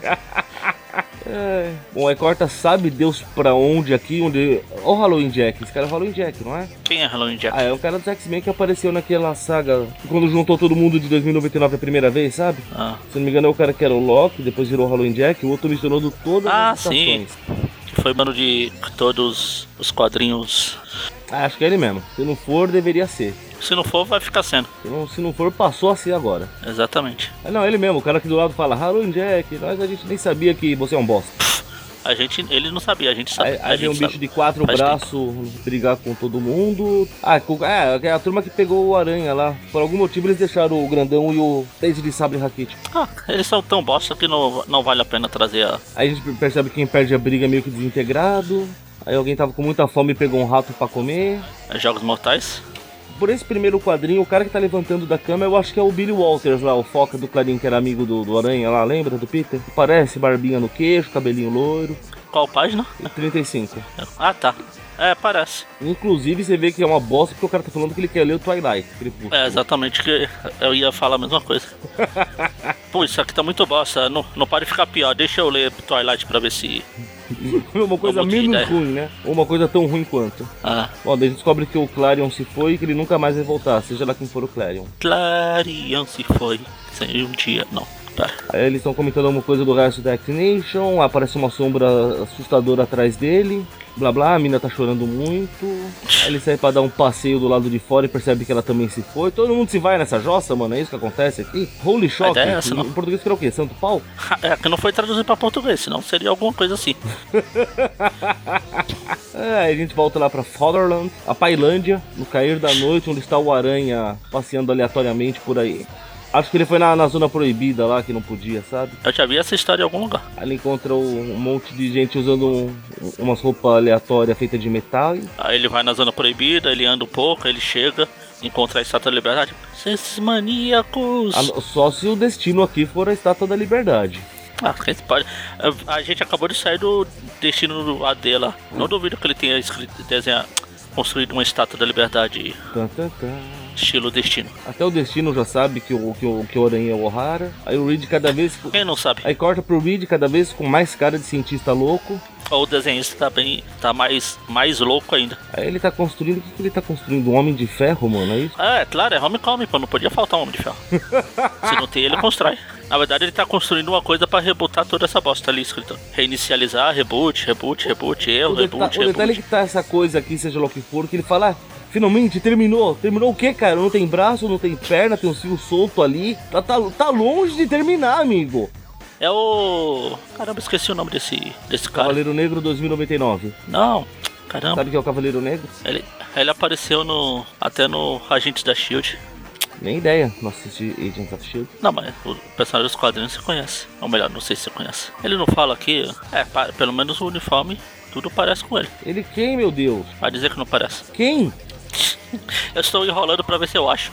C: É. Bom, aí corta sabe Deus pra onde aqui, onde... Ó o Halloween Jack, esse cara é o Halloween Jack, não é?
B: Quem é Halloween Jack?
C: Ah, é o cara do X-Men que apareceu naquela saga quando juntou todo mundo de 2099 a primeira vez, sabe?
B: Ah,
C: Se não me engano, é o cara que era o Loki, depois virou o Halloween Jack, o outro misturou todas
B: Ah,
C: as estações.
B: que foi mano de todos os quadrinhos.
C: Ah, acho que é ele mesmo. Se não for, deveria ser.
B: Se não for, vai ficar sendo.
C: Se não, se não for, passou a ser agora.
B: Exatamente.
C: Ah, não, ele mesmo, o cara aqui do lado fala, Halloween Jack, nós a gente nem sabia que você é um bosta.
B: A gente, ele não sabia, a gente sabe.
C: Aí,
B: a
C: aí vem
B: gente
C: um bicho
B: sabe.
C: de quatro
B: Faz
C: braços brigar com todo mundo. Ah, com, é, é a turma que pegou o aranha lá. Por algum motivo eles deixaram o grandão e o dente de sabre raquítico.
B: Ah, eles são tão bosta que não, não vale a pena trazer a.
C: Aí a gente percebe que quem perde a briga é meio que desintegrado. Aí alguém tava com muita fome e pegou um rato pra comer.
B: a Jogos Mortais.
C: Por esse primeiro quadrinho, o cara que tá levantando da cama, eu acho que é o Billy Walters lá, o foca do Clarim, que era amigo do, do Aranha lá, lembra do Peter? Parece, barbinha no queixo, cabelinho loiro.
B: Qual página?
C: 35.
B: Ah, tá. É, parece.
C: Inclusive, você vê que é uma bosta porque o cara tá falando que ele quer ler o Twilight. Crepúsculo.
B: É exatamente que eu ia falar a mesma coisa. Pô, isso aqui tá muito bosta. Não, não pode ficar pior. Deixa eu ler Twilight pra ver se.
C: uma coisa
B: Não muda É um de
C: menos
B: ideia.
C: ruim, né? Ou uma coisa tão ruim quanto.
B: Ah.
C: Bom, daí a gente descobre que o Clarion se foi e que ele nunca mais vai voltar, seja lá quem for o Clarion.
B: Clarion se foi. Sem um dia. Não. Pera.
C: Aí eles estão comentando alguma coisa do resto da X-Nation, aparece uma sombra assustadora atrás dele, blá blá, a mina tá chorando muito. Aí ele sai pra dar um passeio do lado de fora e percebe que ela também se foi. Todo mundo se vai nessa jossa, mano, é isso que acontece aqui? Holy shock!
B: ideia é essa, não.
C: Em português que era o quê? Santo pau?
B: É que não foi traduzido pra português, senão seria alguma coisa assim.
C: É, aí a gente volta lá pra Fatherland, a Pailândia, no cair da noite, onde está o Aranha passeando aleatoriamente por aí. Acho que ele foi na, na zona proibida lá, que não podia, sabe?
B: Eu já vi essa história em algum lugar.
C: Aí ele encontra um monte de gente usando um- umas roupas aleatórias feitas de metal. E...
B: Aí ele vai na zona proibida, ele anda um pouco, ele chega, encontra a estátua da liberdade. Esses maníacos!
C: Ah, Só se o destino aqui for a Estátua da Liberdade.
B: Ah, quem pode. Ah, A- A gente acabou de sair do destino do AD lá. Não duvido que ele tenha escrito, desenhar, construído uma estátua da liberdade,
C: Tan, tan, tan.
B: estilo destino.
C: Até o destino já sabe que o, que o, que o Aranha é o O'Hara. Aí o Reed cada vez.
B: Quem não sabe?
C: Aí corta pro Reed cada vez com mais cara de cientista louco.
B: O desenhista tá bem. tá mais, mais louco ainda.
C: Aí ele tá construindo. O que, que ele tá construindo? Um homem de ferro, mano? É isso?
B: Ah, é claro, é homecoming, pô, não podia faltar um homem de ferro. Se não tem ele, constrói. Na verdade, ele tá construindo uma coisa pra rebootar toda essa bosta ali escrita. Reinicializar, reboot, reboot, reboot, erro,
C: O, deta-
B: reboot,
C: o detalhe é
B: reboot.
C: que tá essa coisa aqui, seja lá o que for, que ele fala, "Ah, finalmente terminou. Terminou o quê, cara? Não tem braço, não tem perna, tem um fio solto ali. Tá, tá, tá longe de terminar, amigo.
B: É o. Caramba, esqueci o nome desse, desse cara.
C: Cavaleiro Negro 2099.
B: Não, caramba.
C: Sabe o que é o Cavaleiro Negro?
B: Ele, ele apareceu no até no Agente da Shield.
C: Nem ideia. Não assisti Agents of S.H.I.E.L.D.
B: Não, mas o personagem dos quadrinhos você conhece. Ou melhor, não sei se você conhece. Ele não fala aqui. É, pa- pelo menos o uniforme, tudo parece com ele.
C: Ele quem, meu Deus?
B: Vai dizer que não parece.
C: Quem?
B: Eu estou enrolando pra ver se eu acho.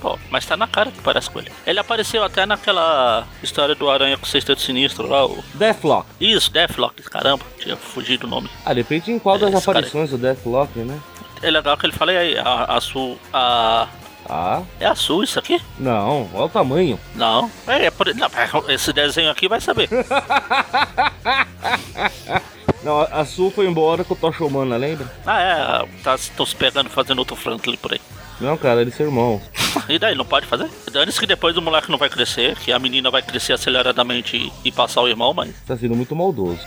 B: Pô, mas tá na cara que parece com ele. Ele apareceu até naquela história do Aranha com o Sexteto Sinistro lá. O...
C: Deathlock.
B: Isso, Deathlock, caramba, tinha fugido o nome.
C: Ah, depende em qual das
B: É, Esse cara-
C: aparições do Deathlock, né?
B: É legal que ele fala, e aí, a, a Su. A...
C: Ah,
B: É a Su isso aqui?
C: não. Olha o tamanho.
B: Não, é, é por... não, esse desenho aqui vai saber.
C: Não, a a Sue foi embora com o Toshomana, lembra?
B: Ah, é, tá, estão se pegando fazendo outro Franklin por aí.
C: Não, cara, é eles são irmãos.
B: E daí, não pode fazer? Dane-se que depois o moleque não vai crescer, que a menina vai crescer aceleradamente e, e passar o irmão, mas
C: Tá sendo muito maldoso.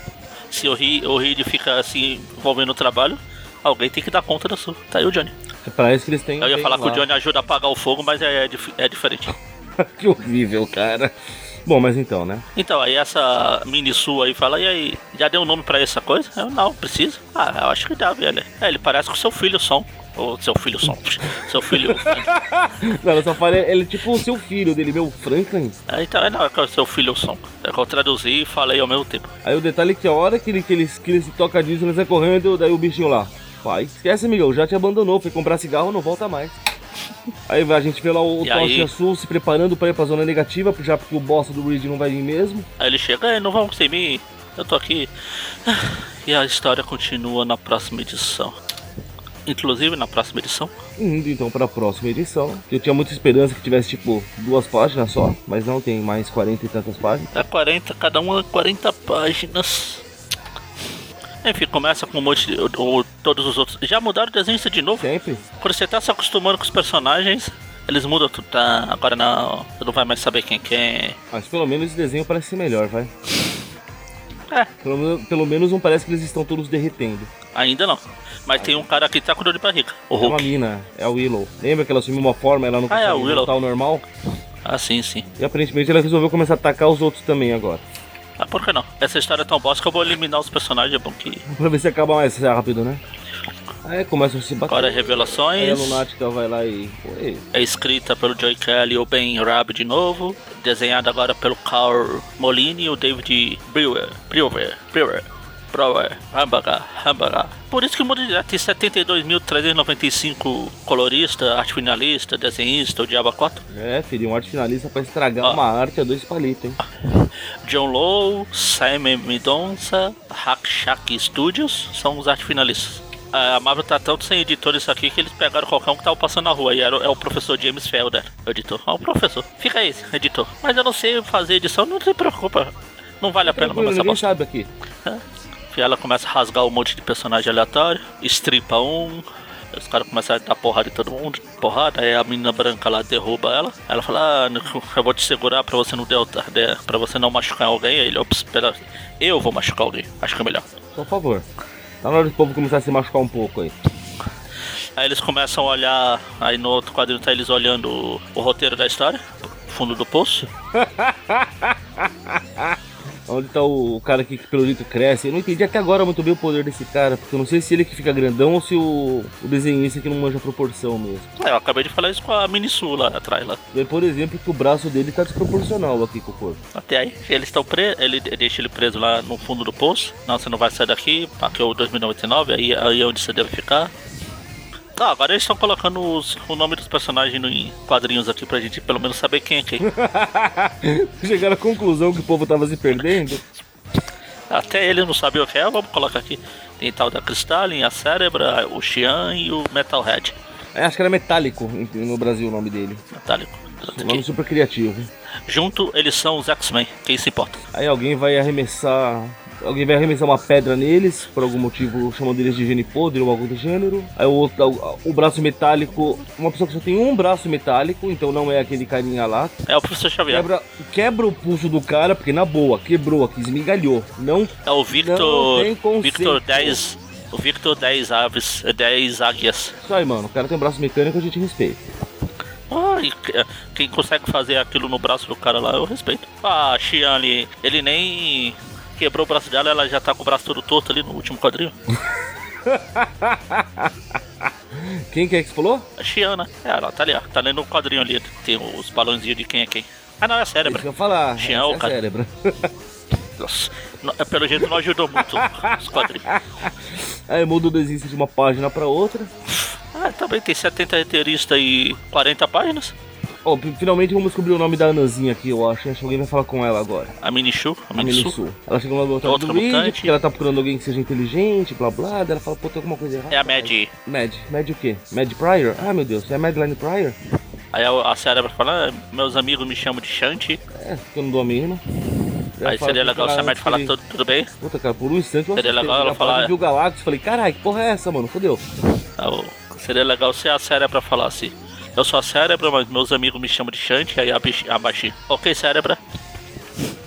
B: se o Reed, o Reed fica se assim, envolvendo no trabalho, alguém tem que dar conta da sua. Tá aí o Johnny.
C: Parece que eles têm.
B: Eu ia
C: bem
B: falar que o
C: lá.
B: Johnny ajuda a apagar o fogo, mas é, dif- é diferente.
C: que horrível, cara. Bom, mas então, né?
B: Então, aí essa mini sua aí fala, e aí, já deu um nome pra essa coisa? Eu não, preciso. Ah, eu acho que dá, velho. É, ele parece com seu filho som. Ou seu filho som. seu filho.
C: Não, eu só falei, ele é tipo o seu filho dele, meu Franklin.
B: É, então, é não, é que é o seu filho som. É que eu traduzi e falei ao mesmo tempo.
C: Aí o detalhe é que a hora que ele, que ele, que ele se toca disso, ele sai correndo, daí o bichinho lá. Pai, esquece, Miguel, já te abandonou, foi comprar cigarro, não volta mais. Aí vai a gente vê lá o
B: E
C: Tocha
B: aí?
C: Sul se preparando pra ir pra zona negativa, já porque o bosta do Reed não vai vir mesmo.
B: Aí ele chega, é, não vão sem mim, eu tô aqui. E a história continua na próxima edição. Inclusive na próxima edição.
C: Indo então pra próxima edição. Eu tinha muita esperança que tivesse, tipo, duas páginas só, mas não, tem mais 40 e tantas páginas.
B: É 40, cada uma 40 páginas. Enfim, começa com um monte de. Ou, todos os outros. Já mudaram o desenho de novo?
C: Sempre.
B: Quando você tá se acostumando com os personagens, eles mudam tudo. Tá, agora não, você não vai mais saber quem é quem.
C: Mas pelo menos esse desenho parece ser melhor, vai.
B: É.
C: Pelo, men- pelo menos não parece que eles estão todos derretendo.
B: Ainda não. Mas tem um cara aqui que tá com dor de barriga. O
C: É uma
B: Hulk.
C: mina, é a Willow. Lembra que ela assumiu uma forma, ela não
B: Ah, é a Willow.
C: voltar ao normal?
B: Ah, sim, sim.
C: E aparentemente ela resolveu começar a atacar os outros também agora.
B: Ah, por que não? Essa história é tão bosta que eu vou eliminar os personagens, é bom que.
C: Pra ver se acaba mais rápido, né? Aí começam a se bater.
B: Agora é
C: Aí a
B: revelações.
C: Lunática vai lá e. Oi.
B: É escrita pelo Joy Kelly e o Ben Rabb de novo. Desenhada agora pelo Carl Molini e o David Brewer. Brewer. Brewer. Brewer. Hamburger. Hamburger. Por isso que muda de tem 72.395 colorista, arte finalista, desenhista, o diabo 4.
C: É, filho, um arte finalista pra estragar
B: Ó.
C: uma arte a dois palitos, hein?
B: Ah, John Lowe, Simon Mendonça, Hack Shack Studios são os arte finalistas. A Marvel tá tanto sem editor isso aqui que eles pegaram qualquer um que tava passando na rua. E era, o- é o professor James Felder, É o editor. Ó, o professor. Fica aí, editor. Mas eu não sei fazer edição, não se preocupa. Não vale a pena
C: Tranquilo,
B: começar a
C: ninguém
B: bosta.
C: sabe aqui.
B: E ela começa a rasgar um monte de personagem aleatório, estripa um. Os caras começam a dar porrada em todo mundo, porrada, aí a menina branca lá derruba ela. Ela fala, ah, não, eu vou te segurar pra você não derrotar, né, pra você não machucar alguém. Aí ele, ops, pera, eu vou machucar alguém, acho que é melhor.
C: Por um favor. Tá na hora do povo começar a se machucar um pouco aí.
B: Aí eles começam a olhar, aí no outro quadrinho tá eles olhando o, o roteiro da história, fundo do poço.
C: Onde tá o, o cara que que pelo jeito cresce. Eu não entendi até agora muito bem o poder desse cara, porque eu não sei se ele que fica grandão ou se o, o desenhista que não manja a proporção mesmo.
B: É, eu acabei de falar isso com a Minisu lá atrás lá.
C: Vê, por exemplo, que o braço dele tá desproporcional aqui com o corpo.
B: Até aí, eles estão presos, ele deixa ele preso lá no fundo do poço. Não, você não vai sair daqui, aqui é o 2099, aí, aí é onde você deve ficar. Ah, agora eles estão colocando os- o nome dos personagens no- em quadrinhos aqui pra gente pelo menos saber quem é quem.
C: Chegaram à conclusão que o povo tava se perdendo.
B: Até ele não sabia o que é, vamos colocar aqui. Tem tal da Crystalline, a Cérebra, o Xian e o Metalhead.
C: É, acho que era metálico em- no Brasil o nome dele.
B: Metálico.
C: Um nome super criativo.
B: Junto eles são os X-Men, quem se importa.
C: Aí alguém vai arremessar. Alguém vai arremessar uma pedra neles, por algum motivo chamando eles de gene podre ou algo do gênero. Aí o, outro, o, o braço metálico. Uma pessoa que só tem um braço metálico, então não é aquele carinha lá.
B: É o Professor Xavier.
C: Quebra, quebra o pulso do cara, porque na boa, quebrou aqui, esmigalhou. Não.
B: É o Victor.
C: Não tem conceito.
B: Victor 10. O Victor 10 aves, 10 águias.
C: Isso aí, mano. O cara tem um braço mecânico, a gente respeita.
B: Ah, e que- quem consegue fazer aquilo no braço do cara lá, eu respeito. Ah, Xian ali, ele nem quebrou o braço dela, ela já tá com o braço todo torto ali no último quadrinho.
C: Quem que é que você falou?
B: A Xian, né? É, ela tá ali, ó. Tá lendo o quadrinho ali. Tem os balãozinhos de quem é quem. Ah, não, é
C: Isso que
B: cérebro.
C: eu ia falar.
B: Tinha
C: Esse
B: o
C: é
B: cara.
C: cérebro.
B: Nossa, não- é, pelo jeito não ajudou muito os quadrinhos.
C: Aí muda o desenho de uma página pra outra.
B: Ah, também tem 70 roteiristas e 40 páginas.
C: Ó, p- finalmente vamos descobrir o nome da Ananzinha aqui, eu acho. Acho que alguém vai falar com ela agora.
B: A Mini Shu, a
C: A
B: Mini Shu.
C: Minisul. Ela chega lá do outro lado
B: Outra
C: do vídeo,
B: mutante.
C: porque ela tá procurando alguém que seja inteligente, blá blá. Daí ela fala, pô, tem alguma coisa errada.
B: É a Mad.
C: Mad. Mad o quê? Mad Pryor? Ah, meu Deus, é a Madeline Pryor?
B: Aí a, a cérebro fala, "Ah, meus amigos me chamam de Shanti.
C: É, porque eu não dou a mínima. Ela
B: Aí
C: fala
B: seria
C: assim,
B: legal
C: cara,
B: chamar de falar
C: falei,
B: tudo, tudo bem.
C: Puta, cara, por um instante eu
B: Seria
C: assustei,
B: legal ela
C: eu falei,
B: falar-
C: viu o Galactus, falei, caralho, que porra é essa, mano? Fodeu.
B: Ah, o- Seria legal se a cérebra falasse. Eu sou a cérebra, mas meus amigos me chamam de Shanti, aí a, bich- a baixinha. Ok, cérebra.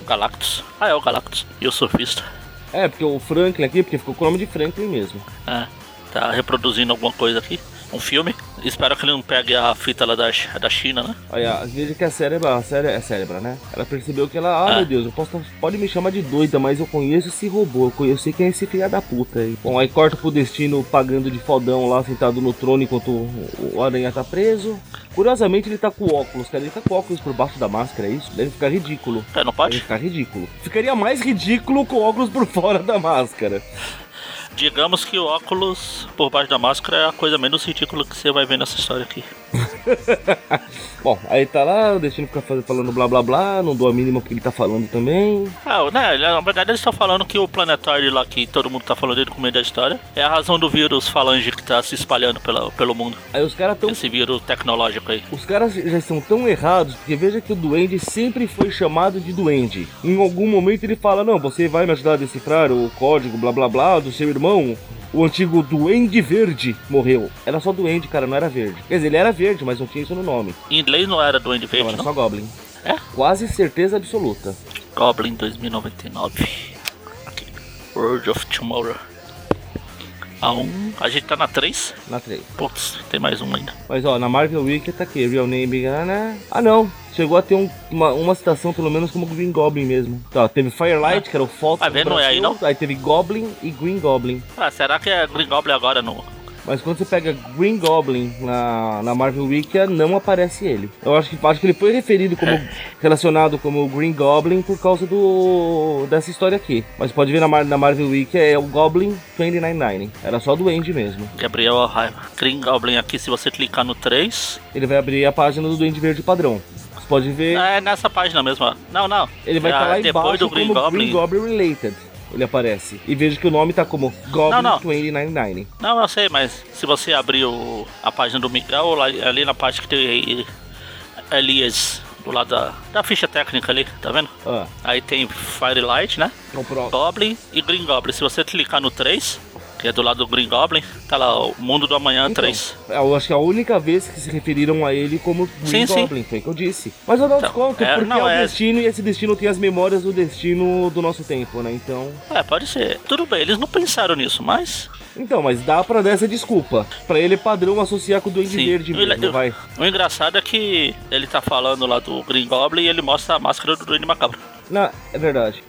B: Galactus. Ah, é o Galactus. E o surfista.
C: É, porque o Franklin aqui, porque ficou com o nome de Franklin mesmo.
B: Ah, tá reproduzindo alguma coisa aqui. Um filme. Espero que ele não pegue a fita lá da, Chi- da China, né?
C: Olha, veja que a cérebra, a cérebra, é cérebra, né? Ela percebeu que ela, ah,
B: Ah.
C: meu Deus, eu posso, pode me chamar de doida, mas eu conheço esse robô, eu conheço quem é esse filho da puta aí. Bom, aí corta pro destino pagando de fodão lá, sentado no trono enquanto o, o aranha tá preso. Curiosamente ele tá com óculos, cara, ele tá com óculos por baixo da máscara, é isso? Deve ficar ridículo.
B: É, não
C: Deve
B: pode?
C: ficar ridículo. Ficaria mais ridículo com óculos por fora da máscara.
B: Digamos que o óculos por baixo da máscara é a coisa menos ridícula que você vai ver nessa história aqui.
C: Bom, aí tá lá, o destino fica faz- falando blá blá blá, não dou a mínima porque ele tá falando também.
B: Ah, né, na verdade eles estão falando que o planetário lá que todo mundo tá falando desde o começo da história é a razão do vírus falange que tá se espalhando pela, pelo mundo.
C: Aí os caras tão
B: Então, Esse vírus tecnológico aí.
C: Os caras já estão tão errados, porque veja que o Duende sempre foi chamado de Duende. Em algum momento ele fala, não, você vai me ajudar a decifrar o código blá blá blá do seu irmão. O antigo Duende Verde morreu. Era só Duende, cara, não era verde. Quer dizer, ele era verde, mas não tinha isso no nome.
B: Em inglês não era Duende
C: Não,
B: Verde,
C: era
B: não?
C: só Goblin.
B: É?
C: Quase certeza absoluta.
B: Goblin 2099. Aqui. World of Tomorrow. A 1. A gente tá na 3.
C: Na 3.
B: Putz, tem mais uma ainda.
C: Mas ó, na Marvel Wiki tá aqui, Real Name, ah, né? Ah não, chegou a ter um- uma, uma citação pelo menos como Green Goblin mesmo. Tá, teve Firelight, que era o Fox.
B: Ah, vê,
C: do
B: não é aí,
C: Brasil. Aí teve Goblin e Green Goblin.
B: Ah, será que é Green Goblin agora no.
C: Mas quando você pega Green Goblin na, na Marvel Wiki, não aparece ele. Eu acho que, acho que ele foi referido como relacionado como Green Goblin por causa do dessa história aqui. Mas pode ver na, Mar- na Marvel Wiki é o Goblin 299. Era só do Andy mesmo.
B: Gabriel Raiva. Green Goblin aqui, se você clicar no 3.
C: Ele vai abrir a página do Duende Verde padrão. Você pode ver,
B: É nessa página mesmo, ó. Não, não.
C: ele vai
B: É,
C: estar lá
B: depois
C: embaixo
B: do Green
C: como
B: Goblin.
C: Green Goblin Related. Ele aparece. E veja que o nome tá como Goblin
B: Não, não.
C: 299.
B: Não, eu sei, mas se você abrir o- a página do Miguel, lá- ali na parte que tem Elias, do lado da, da ficha técnica ali, tá vendo?
C: Ah,
B: Aí tem Firelight, né?
C: então pronto.
B: Goblin e Green Goblin. Se você clicar no 3, que é do lado do Green Goblin, tá lá, o Mundo do Amanhã
C: Então.
B: 3.
C: Eu acho que é a única vez que se referiram a ele como Green
B: Sim, sim.
C: Goblin, foi o que eu disse. Mas eu não
B: Então,
C: desconto,
B: é,
C: porque
B: não,
C: é o
B: é-
C: destino e esse destino tem as memórias do destino do nosso tempo, né? Então.
B: É, pode ser. Tudo bem, eles não pensaram nisso, mas.
C: Então, mas dá pra dar essa desculpa. Pra ele é padrão associar com o Duende Verde
B: Ele-
C: mesmo, vai.
B: O engraçado é que ele tá falando lá do Green Goblin e ele mostra a máscara do Duende Macabro.
C: Não, é verdade.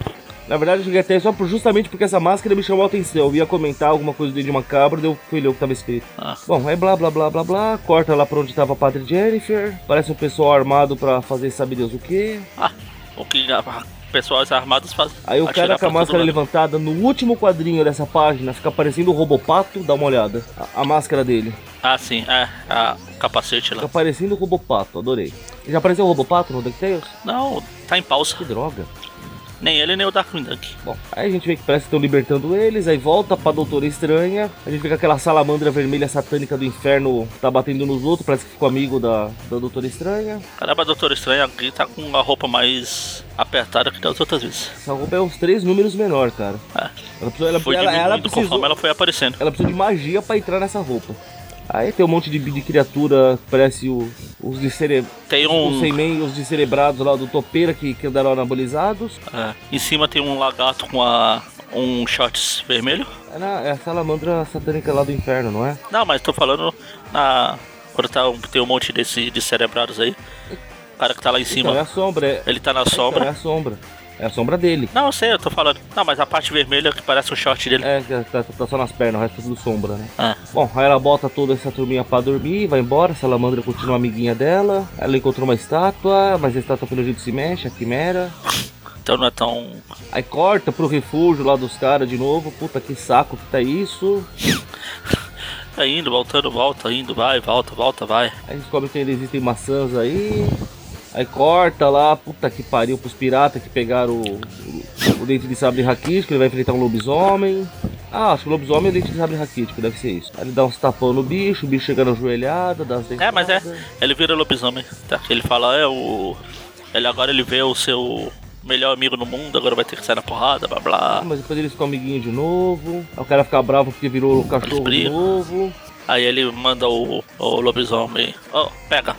C: Na verdade, eu cheguei até só por, justamente porque essa máscara me chamou a atenção. Eu ia comentar alguma coisa dele de macabro, daí eu fui ler o que tava escrito.
B: Ah.
C: Bom, aí blá blá blá blá blá, corta lá pra onde tava a Padre Jennifer. Parece um pessoal armado pra fazer sabe Deus o quê.
B: Ah, o que a- a- pessoas armadas fazem.
C: Aí o
B: Atirar
C: cara com
B: pra
C: a
B: todo
C: máscara
B: lado.
C: levantada no último quadrinho dessa página fica parecendo o Robopato, dá uma olhada. A, a máscara dele.
B: Ah, sim, é, a, o capacete
C: Fica
B: lá.
C: parecendo o Robopato, adorei. Já apareceu o Robopato no DuckTales?
B: Não, tá em
C: Que
B: pausa.
C: droga.
B: Nem ele, nem o Darkwing Duck.
C: Bom, aí a gente vê que parece que estão libertando eles, aí volta pra Doutora Estranha, a gente vê que aquela salamandra vermelha satânica do inferno tá batendo nos outros, parece que ficou amigo da, da Doutora Estranha.
B: Caramba, Doutor Estranho aqui tá com a roupa mais apertada que das outras vezes.
C: Essa roupa é uns três números menor, cara.
B: Ah,
C: Ela precisou, ela,
B: foi
C: ela, ela
B: diminuindo
C: precisou-
B: conforme ela foi aparecendo.
C: Ela precisa de magia pra entrar nessa roupa. Aí tem um monte de, de criatura, parece o- os de cere...
B: Tem
C: os sem
B: um.
C: men, os descerebrados lá do topeira que, que andaram anabolizados.
B: ah, em cima tem um lagarto com a, um shorts vermelho.
C: É, na- é a salamandra satânica lá do inferno, não é?
B: Não, mas tô falando na. Quando tá, um- tem um monte desse de cerebrados aí. O cara que tá lá em
C: Então, é a
B: cima,
C: sombra, é,
B: ele tá na
C: é
B: sombra.
C: a sombra. É a sombra dele.
B: Não, eu sei, eu tô falando. Não, mas a parte vermelha que parece um short dele.
C: É, que tá, tá só nas pernas, o resto é tudo sombra, né?
B: Ah,
C: Bom, aí ela bota toda essa turminha pra dormir, vai embora, a salamandra continua amiguinha dela. Ela encontrou uma estátua, mas a estátua pelo jeito se mexe, a quimera.
B: então não é tão.
C: Aí corta pro refúgio lá dos caras de novo. Puta que saco que tá isso.
B: Tá indo, voltando, volta, indo, vai, volta, volta, vai.
C: Aí descobre que ainda existem maçãs aí. Aí corta lá, puta que pariu pros piratas que pegaram o, o dente de sabre raquítico, ele vai enfrentar um lobisomem. Ah, acho que o lobisomem é o dente de sabre raquítico, deve ser isso. Aí ele dá uns tapão no bicho, o bicho chega na joelhada, dá as
B: É, mas é.
C: dentadas.
B: Ele vira lobisomem. Tá? Ele fala, é o. Ele agora ele vê o seu melhor amigo no mundo, agora vai ter que sair na porrada, blá
C: Ah,
B: blá.
C: mas depois eles ficam amiguinhos de novo. Aí o cara fica bravo porque virou o cachorro de
B: brigam.
C: novo.
B: Aí ele manda o, o lobisomem. Ó, pega.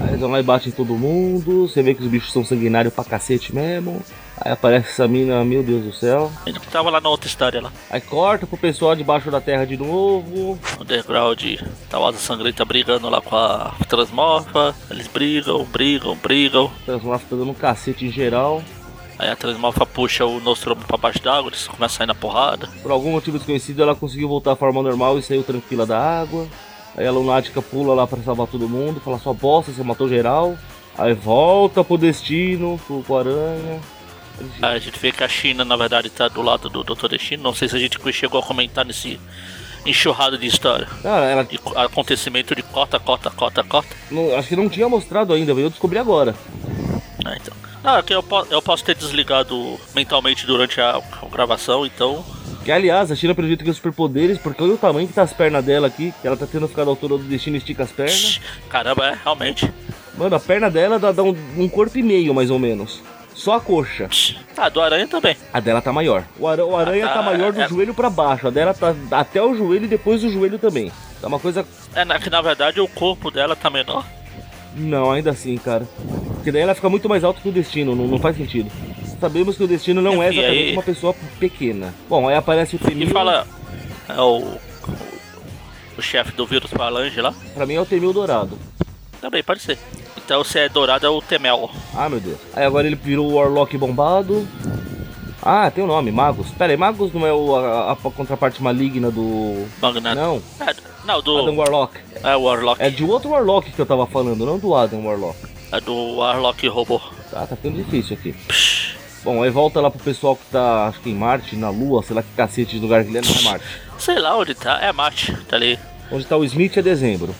C: Aí eles vão lá e batem em todo mundo. Você vê que os bichos são sanguinários pra cacete mesmo. Aí aparece essa mina, meu Deus do céu.
B: Ele que tava lá na outra história lá.
C: Aí corta pro pessoal debaixo da terra de novo.
B: Underground, Tawasa Sangrenta brigando lá com a Transmorfa. Eles brigam, brigam, brigam.
C: Transmorfa tá dando um cacete em geral.
B: Aí a Transmorfa puxa o Nostromo pra baixo d'água, eles começam a sair na porrada.
C: Por algum motivo desconhecido, ela conseguiu voltar à forma normal e saiu tranquila da água. Aí a lunática pula lá pra salvar todo mundo, fala sua bosta, você matou geral. Aí volta pro destino, pro pro aranha.
B: Aí a gente vê que a China, na verdade, tá do lado do Dr. Destino. Não sei se a gente chegou a comentar nesse enxurrado de história.
C: Cara, ela
B: de co- acontecimento de cota, cota, cota, cota.
C: não- acho que não tinha mostrado ainda, eu descobri agora.
B: Ah, então. Não, é que eu, po- eu posso ter desligado mentalmente durante a, a gravação, então.
C: Que aliás, a China pelo jeito tem superpoderes, porque olha o tamanho que tá as pernas dela aqui, que ela tá tendo ficado à altura do destino e estica as pernas.
B: Caramba, é, realmente.
C: Mano, a perna dela dá, dá um, um corpo e meio, mais ou menos. Só a coxa.
B: Ah, do Aranha também.
C: A dela tá maior. O, ara- o aranha
B: Ah,
C: tá
B: tá,
C: maior do
B: é.
C: joelho pra baixo. A dela tá até o joelho e depois do joelho também. Tá uma coisa.
B: É na, que na verdade o corpo dela tá menor.
C: Não, ainda assim, cara. Porque daí ela fica muito mais alta que o destino, não, não faz sentido. Sabemos que o destino não é
B: E aí?
C: exatamente uma pessoa pequena. Bom, aí aparece o
B: E
C: Temil.
B: fala. É o. O chefe do vírus falange lá.
C: Pra mim é o Temil Dourado.
B: Também pode ser. Então se é dourado é o Temel.
C: Ah, meu Deus. Aí agora ele virou o Warlock bombado. Ah, tem o nome, Magus. Pera aí, Magus não é o, a, a- a contraparte maligna do.
B: Magnato.
C: Não,
B: É, não,
C: Adam
B: do.
C: Warlock.
B: É o Warlock.
C: É de outro Warlock que eu tava falando, não do Adam Warlock.
B: É do Warlock robô.
C: Tá, tá ficando difícil aqui.
B: Psh,
C: Bom, aí volta lá pro pessoal que tá, acho que em Marte, na Lua, sei lá que cacete de lugar que ele é, não é Marte.
B: Sei lá onde tá. É Marte, tá ali.
C: Onde tá o Smith é dezembro.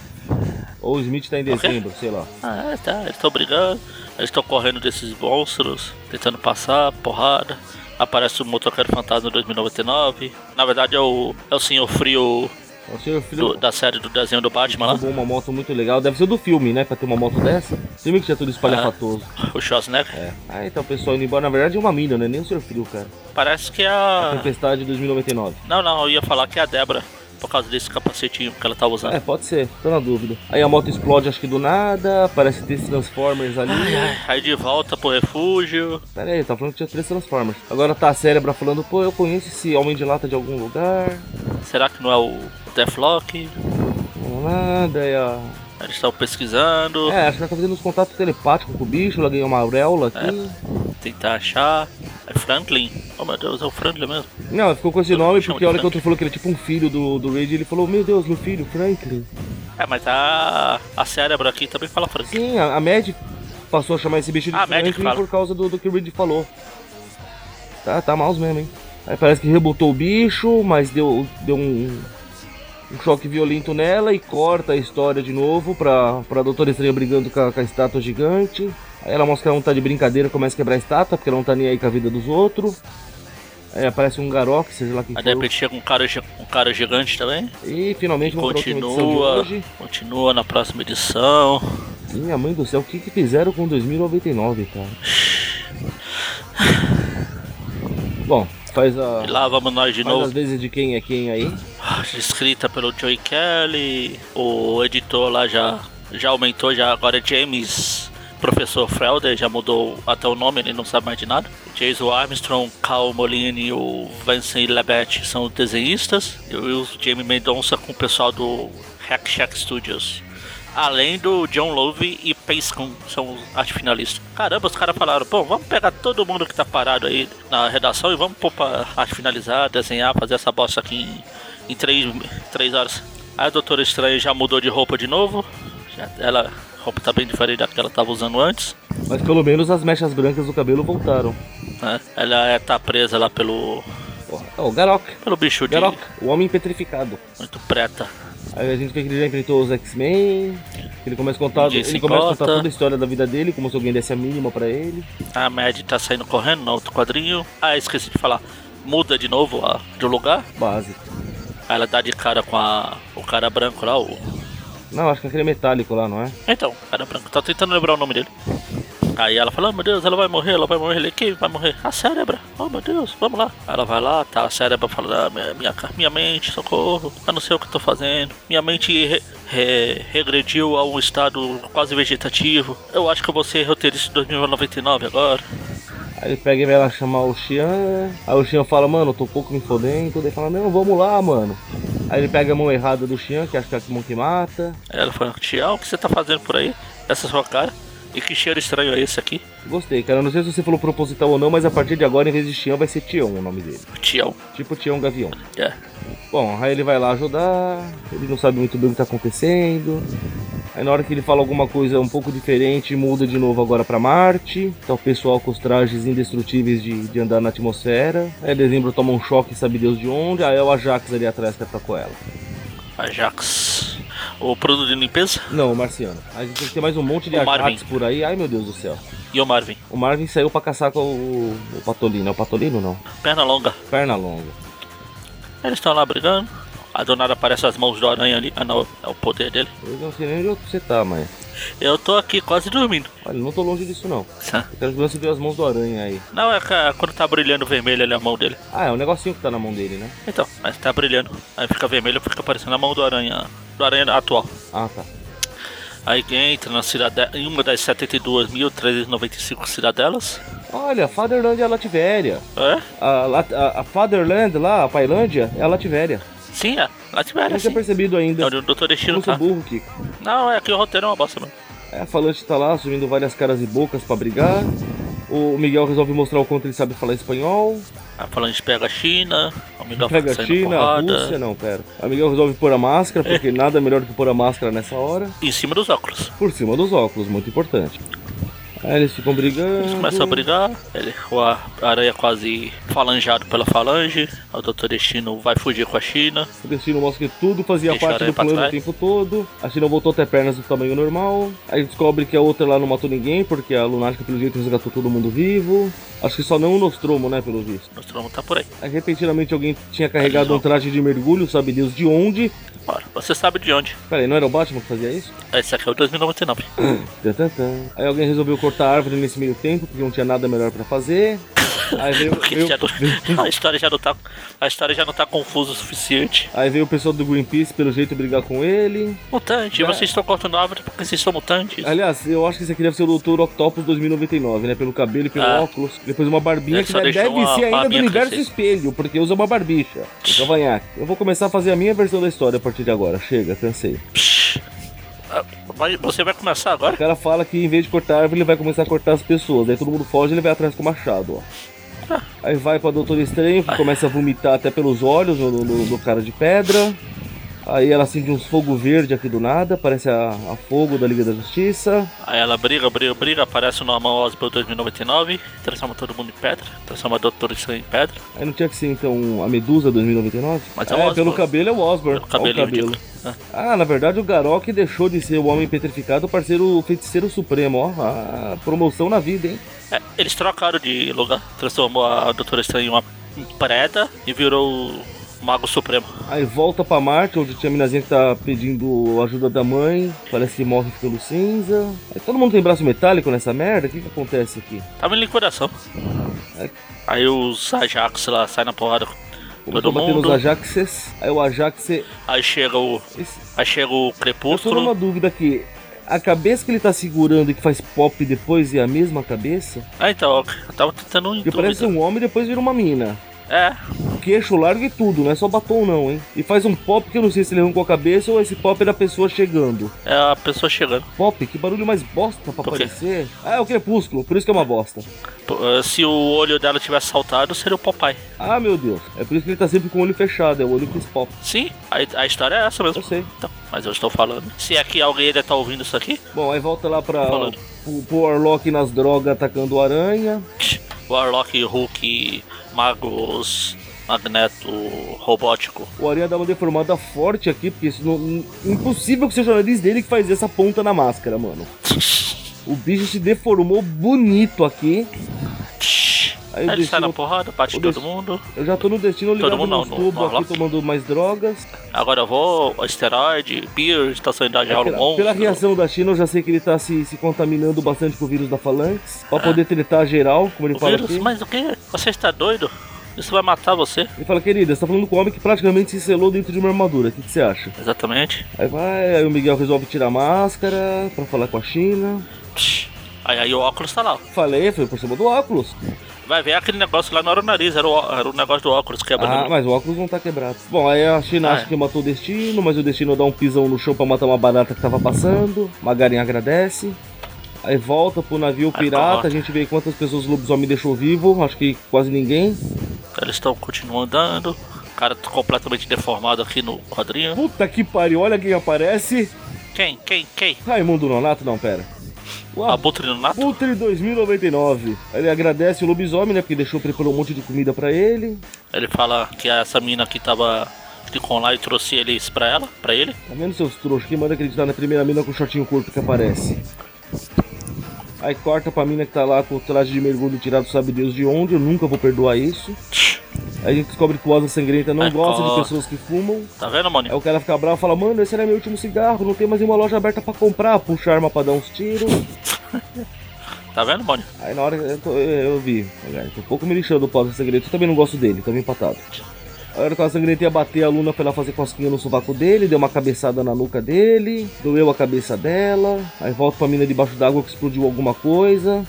C: Ou o Smith tá em dezembro, sei lá.
B: Ah, tá, eles estão brigando, eles estão correndo desses monstros, tentando passar, porrada. Aparece o motoqueiro fantasma 2099. Na verdade é o, é o Senhor Frio
C: O É um senhor
B: do-
C: filho
B: da série do desenho do Batman né? lá,
C: roubou uma moto muito legal. Deve ser do filme, né? Pra ter uma moto dessa. Filme que tinha
B: Ah.
C: tudo espalhafatoso.
B: o Schwarzenegger.
C: É. Aí tá o pessoal indo embora. Na verdade é uma mina, né? Nem o senhor frio, cara.
B: Parece que é a.
C: Tempestade 2099.
B: Não, não, eu ia falar que é a Débora, por causa desse capacetinho que ela tava usando.
C: É, pode ser, tô na dúvida. Aí a moto explode, acho que do nada. Parece ter esses Transformers ali.
B: Ai, ai, aí de volta pro refúgio.
C: Pera aí, tá falando que tinha três Transformers. Agora tá a cérebra falando, pô, eu conheço esse homem de lata de algum lugar.
B: Será que não é o Deathlock?
C: Não nada, e a.
B: Eles estão pesquisando,
C: É, acho que ela tá fazendo uns contatos telepáticos com o bicho, ela ganhou uma auréola aqui.
B: tentar achar. É Franklin. Oh meu Deus, é o Franklin mesmo.
C: Não, ficou com esse nome
B: chamo
C: porque
B: de
C: a hora que
B: Frank.
C: outro falou que ele é tipo um filho do, do Reed, ele falou, meu Deus, meu filho, Franklin.
B: É, mas a, a cérebro aqui também fala Franklin.
C: Sim, a, a Magic passou a chamar esse bicho de
B: Ah, a Magic
C: Franklin
B: fala.
C: por causa do, do que o Reed falou. Tá, tá mouse mesmo, hein? Aí parece que rebutou o bicho, mas deu, deu um, um choque violento nela e corta a história de novo pra, pra Doutora Estranha brigando com a, com a estátua gigante. Aí ela mostra que ela não tá de brincadeira, começa a quebrar a estátua, porque ela não tá nem aí com a vida dos outros. Aí aparece um garoque, seja lá quem
B: Aí de
C: for.
B: repente chega um cara, gi- um cara gigante também.
C: E finalmente vamos pra última edição de
B: Continua,
C: hoje.
B: continua na próxima edição.
C: Minha mãe do céu, o que, que fizeram com 2099, cara? Bom, faz a.
B: E lá vamos nós de
C: Faz
B: novo. Ah,
C: as vezes de quem é quem aí.
B: Escrita pelo Joey Kelly. O editor lá já, já aumentou, já agora é James Professor Felder, já mudou até o nome, ele não sabe mais de nada. Jason Armstrong, Cal Molini e o Vincent Labette são os desenhistas. E o Jamie Mendonça com o pessoal do Hack Shack Studios. Além do John Love e Paiscon, são os arte finalistas. Caramba, os caras falaram, bom, vamos pegar todo mundo que tá parado aí na redação e vamos pôr pra arte finalizar, desenhar, fazer essa bosta aqui em, em três, três horas. A Doutora Estranha já mudou de roupa de novo. Já- ela, a roupa tá bem diferente da que ela tava usando antes.
C: Mas pelo menos as mechas brancas do cabelo voltaram.
B: né? Ela é, tá presa lá pelo.
C: Porra, É o Garok.
B: pelo bicho de.
C: Garok, o homem petrificado.
B: Muito preta.
C: Aí a gente vê que ele já enfrentou os X-Men. que Ele começa a contar,
B: Ninguém
C: ele
B: se
C: começa a contar
B: importa.
C: toda a história da vida dele, como se alguém desse a mínima pra ele.
B: A Mad tá saindo correndo no outro quadrinho. Ah, esqueci de falar. Muda de novo a, de lugar.
C: Básico.
B: Aí ela dá de cara com a, o cara branco lá, o.
C: Não, acho que aquele é metálico lá, não é?
B: Então, o cara branco, tá tentando lembrar o nome dele. Aí ela fala, oh, meu Deus, ela vai morrer, ela vai morrer, ele quem vai morrer? A cérebra, oh meu Deus, vamos lá. Aí ela vai lá, tá, a cérebra fala, ah, minha, minha, ca- minha mente, socorro, eu não sei o que eu tô fazendo. Minha mente re- re- regrediu a um estado quase vegetativo. Eu acho que eu vou ser roteirista de 2099 agora.
C: Aí ele pega e vai lá chamar o Xian. Aí o Xian fala, mano, eu tô um pouco me fodendo. Ele fala, não, vamos lá, mano. Aí ele pega a mão errada do Xian, que acha que é a mão que mata.
B: Aí ela fala, Tião, o que você tá fazendo por aí? Essa sua cara? E que cheiro estranho é esse aqui?
C: Gostei, cara. Eu Não sei se você falou proposital ou não, mas a partir de agora, em vez de Xian, vai ser Tion o nome dele.
B: Tião.
C: Tipo Tion Gavião.
B: É.
C: Bom, aí ele vai lá ajudar. Ele não sabe muito bem o que tá acontecendo. Aí na hora que ele fala alguma coisa um pouco diferente, muda de novo agora pra Marte. Tá o pessoal com os trajes indestrutíveis de, de andar na atmosfera. Aí dezembro toma um choque, sabe Deus de onde. Aí é o Ajax ali atrás que atacou ela.
B: Ajax. O produto de limpeza
C: Não, o Marciano. A gente tem que ter mais um monte de
B: O
C: Ajax
B: Marvin.
C: por aí. Ai meu Deus do céu.
B: e o Marvin.
C: O Marvin saiu pra caçar com o, o Patolino. É o Patolino não?
B: Perna longa.
C: Perna longa.
B: Eles estão lá brigando. A do nada aparece as mãos do aranha ali. Ah não, é o poder dele.
C: Eu não sei nem onde você tá, mas.
B: Eu tô aqui quase dormindo.
C: Olha, não tô longe disso não.
B: Sã.
C: Eu quero ver se viu as mãos do aranha aí.
B: Não, é ca- quando tá brilhando vermelho ali a mão dele.
C: Ah, é um negocinho que tá na mão dele, né?
B: Então, mas tá brilhando. Aí fica vermelho, fica aparecendo a mão do aranha. Do aranha atual.
C: Ah, tá.
B: Aí entra na cidade, em uma das 72.395 cidadelas.
C: Olha, Fatherland é a Lativéria.
B: É?
C: A, Lat- a, a Fatherland lá, a Pailândia, é a Lativéria.
B: Sim, é. Lá tiver
C: Não tinha
B: assim.
C: percebido
B: É
C: ainda.
B: onde o Dr. Destino
C: Muito
B: tá.
C: burro, Kiko.
B: Não, é que o roteiro é uma bosta mesmo.
C: É, a Falante tá lá, assumindo várias caras e bocas pra brigar. O Miguel resolve mostrar o quanto ele sabe falar espanhol.
B: Aí falando de pega a China, o Miguel
C: Pega a
B: Tá saindo
C: China, a
B: porrada.
C: Rússia, não, pera. O Miguel resolve pôr a máscara, porque nada melhor do que pôr a máscara nessa hora.
B: Em cima dos óculos.
C: Por cima dos óculos, muito importante. Aí eles ficam brigando.
B: Eles começam a brigar, ele, o a a aranha quase falangeado pela falange, o Doutor Destino vai fugir com a China,
C: O destino mostra que tudo fazia
B: Deixa
C: parte
B: a
C: do
B: aranha pra
C: plano o
B: trás.
C: tempo todo. A China voltou até pernas do tamanho normal. Aí descobre que a outra lá não matou ninguém, porque a Lunática, pelo jeito, resgatou todo mundo vivo. Acho que só não o Nostromo, né, pelo visto.
B: Nostromo tá por aí.
C: Aí, repentinamente, alguém tinha carregado um
B: Eles
C: traje de mergulho, sabe Deus de onde.
B: Ora, você sabe de onde.
C: Peraí, não era o Batman que fazia isso?
B: Esse aqui é o 2099.
C: Tan, tan, tan. Aí alguém resolveu cortar a árvore nesse meio tempo, porque não tinha nada melhor pra fazer. Aí veio,
B: Porque
C: veio-
B: já não- a história já não tá. A história já não tá confusa o suficiente.
C: aí veio o pessoal do Greenpeace, pelo jeito, brigar com ele.
B: Mutante,
C: Já-
B: vocês estão cortando árvore porque vocês são mutantes.
C: Aliás, eu acho que esse aqui deve ser o Dr. Octopus 2099, né? Pelo cabelo e pelo
B: Ah.
C: óculos. Depois uma barbinha
B: Ele
C: que
B: só
C: deve,
B: deixou
C: deve
B: uma
C: ser ainda do
B: barbinha
C: universo
B: crescer.
C: espelho, porque usa uma barbicha. Um cavanhaque. Eu vou começar a fazer a minha versão da história a partir de agora. Chega, cansei.
B: Psh. Ah, mas Você vai começar agora?
C: O cara fala que em vez de cortar a árvore, ele vai começar a cortar as pessoas. Aí todo mundo foge e ele vai atrás com o machado, ó.
B: Ah.
C: Aí vai pra Doutor Estranho, que começa a vomitar até pelos olhos no, no- no cara de pedra. Aí ela acende uns fogo verde aqui do nada, parece a, a fogo da Liga da Justiça.
B: Aí ela briga, briga, briga, aparece o Norman Osborn 2099, transforma todo mundo em pedra, transforma a Doutora Estranha em pedra.
C: Aí não tinha que ser então a Medusa 2099?
B: Mas é o
C: é,
B: Osborn.
C: pelo cabelo é o Osborn.
B: Pelo
C: Olha o
B: cabelinho
C: cabelo.
B: de... Ah,
C: Ah, na verdade o Garok deixou de ser o homem petrificado para ser o feiticeiro supremo, ó. Ah, promoção na vida, hein?
B: É, eles trocaram de lugar, transformou a Doutora Estranha em uma preta e virou o Mago Supremo.
C: Aí volta pra Marte, onde tinha a minazinha que tá pedindo ajuda da mãe. Parece que morre pelo cinza. Aí todo mundo tem braço metálico nessa merda? O que que acontece aqui?
B: Tava em liquidação. Aí os Ajax lá saem na porrada com
C: Começou
B: todo
C: a bater nos
B: mundo.
C: Ajaxes. Aí o Ajax... é
B: Aí chega o.
C: Esse...
B: Aí chega o
C: Eu tô
B: Crepúsculo.
C: numa dúvida aqui. A cabeça que ele tá segurando e que faz pop depois é a mesma cabeça?
B: Ah então, eu tava tentando
C: Porque parece
B: dúvida.
C: um homem e depois vira uma mina.
B: É,
C: Queixo largo e tudo, não é só batom não, hein? E faz um pop que eu não sei se ele arrancou a cabeça ou esse pop é da pessoa chegando.
B: é a pessoa chegando.
C: Pop, que barulho mais bosta pra
B: Por quê?
C: aparecer. Ah, é o crepúsculo, por isso que é uma bosta.
B: Pô, eh, Se o olho dela tivesse saltado, seria o Popeye.
C: Ah, meu Deus. É por isso que ele tá sempre com o olho fechado, é o olho que pop.
B: Sim, a, a história é essa mesmo.
C: Eu sei.
B: Então, mas eu estou falando. Se aqui alguém ainda tá ouvindo isso aqui,
C: Bom, aí volta lá pra...
B: Falando.
C: Pro, pro Warlock nas drogas atacando o aranha.
B: Warlock, Hulk, Magos, Magneto, Robótico.
C: O aranha dá uma deformada forte aqui, porque isso não... Impossível que seja o nariz dele que faz essa ponta na máscara, mano. O bicho se deformou bonito aqui. Aí
B: Aí
C: o
B: ele sai
C: destino-
B: na porrada, bate
C: o
B: todo
C: destino-
B: mundo.
C: Eu já tô no destino ligado
B: mundo
C: nos
B: não,
C: tubos
B: no- no
C: aqui,
B: Warlock.
C: tomando mais drogas.
B: Agora eu vou, asteroide, Pierce, tá saindo da jaula,
C: É Pela,
B: o monstro.
C: pela reação da China, eu já sei que ele tá se, se contaminando bastante com o vírus da falanx. Pra poder tretar geral, como ele
B: É. O
C: fala
B: vírus,
C: aqui.
B: mas o que? Você está doido? Isso vai matar você.
C: Ele fala, querida, você tá falando com um homem que praticamente se selou dentro de uma armadura. O que, que você acha?
B: Exatamente.
C: Aí vai, aí o Miguel resolve tirar a máscara pra falar com a China.
B: Aí, aí o óculos tá lá. ó.
C: Falei, foi por cima do óculos.
B: Vai ver aquele negócio lá, não era o nariz, era o, ó- era o negócio do óculos
C: Ah,
B: quebrando.
C: mas o óculos não tá quebrado. Bom, aí a China
B: Ah,
C: acha
B: é.
C: que matou o destino, mas o destino dá um pisão no chão pra matar uma barata que tava passando. Magarin agradece. Aí volta pro navio
B: Aí
C: pirata,
B: volta.
C: a gente vê quantas pessoas o lobisomem deixou vivo, acho que quase ninguém.
B: Eles estão continuam andando. O cara tá completamente deformado aqui no quadrinho.
C: Puta que pariu, olha quem aparece.
B: Quem? Quem? Quem?
C: Raimundo Nonato, não, pera. O
B: A Butrinonato?
C: Abutre 2099. Ele agradece o lobisomem, né, porque deixou, preparou um monte de comida pra ele.
B: Ele fala que essa mina que tava ficou lá e trouxe eles pra ela, pra ele.
C: Tá vendo seus trouxas? Quem manda acreditar na primeira mina com o shortinho curto que aparece? Aí corta pra mina que tá lá com o traje de mergulho tirado, sabe Deus de onde, eu nunca vou perdoar isso. Aí a gente descobre que o Asa Sangrenta não
B: Ai,
C: gosta de
B: corta.
C: pessoas que fumam.
B: Tá vendo,
C: Aí
B: mano?
C: o cara fica bravo e fala, mano, esse era meu último cigarro, não tem mais nenhuma loja aberta pra comprar, puxa a arma pra dar uns tiros.
B: Tá vendo, mano?
C: Aí na hora eu, tô- eu- eu vi, cara, tô um pouco me lixando do Asa Sangrenta, eu também não gosto dele, também empatado. A hora que o Asa Sangrenta ia bater a Luna pra ela fazer cosquinha no sovaco dele, deu uma cabeçada na nuca dele, doeu a cabeça dela, aí volta pra mina debaixo d'água que explodiu alguma coisa.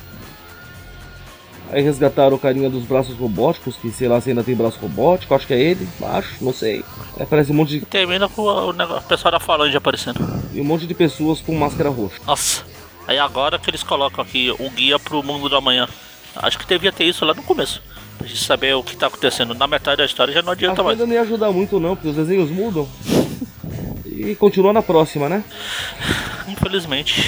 C: Aí resgataram o carinha dos braços robóticos, que sei lá se ainda tem braço robótico, acho que é ele, acho, não sei. Aí aparece um monte de,
B: E termina com o, negócio, o pessoal da Falange aparecendo.
C: e um monte de pessoas com máscara roxa.
B: Nossa. Aí agora que eles colocam aqui um guia pro mundo do amanhã. Acho que devia ter isso lá no começo. Pra gente saber o que tá acontecendo. Na metade da história já não
C: A
B: adianta mais.
C: coisa não ia ajudar muito não, porque os desenhos mudam. E continua na próxima, né?
B: Infelizmente.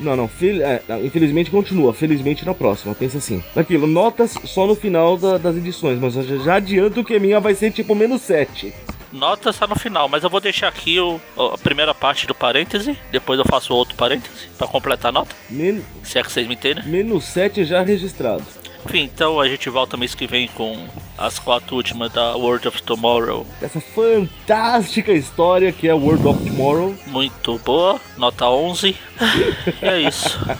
C: Não, não, fel- é, não, infelizmente continua, felizmente na próxima, pensa assim. Daquilo, notas só no final da- das edições, mas eu já, já adianto que a minha vai ser tipo menos 7.
B: Nota está no final, mas eu vou deixar aqui o, a primeira parte do parêntese. Depois eu faço outro parêntese pra completar a nota.
C: Men-
B: Se é que vocês me entendem.
C: menos 7 já registrado.
B: Enfim, então a gente volta mês que vem com as quatro últimas da World of Tomorrow.
C: Essa fantástica história que é World of Tomorrow.
B: Muito boa, nota 11. e é isso.
C: Ah,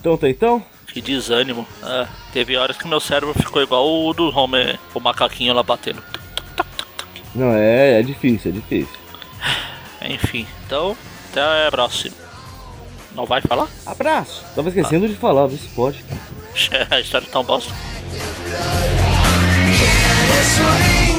C: então tá então?
B: Que desânimo. É, teve horas que meu cérebro ficou igual o do Homer, o macaquinho lá batendo.
C: Não, é, é difícil, é difícil.
B: Enfim, então até a próxima. Não vai falar?
C: Abraço! Tava esquecendo de falar, vê se pode.
B: a história é tão bosta.
A: Yes, we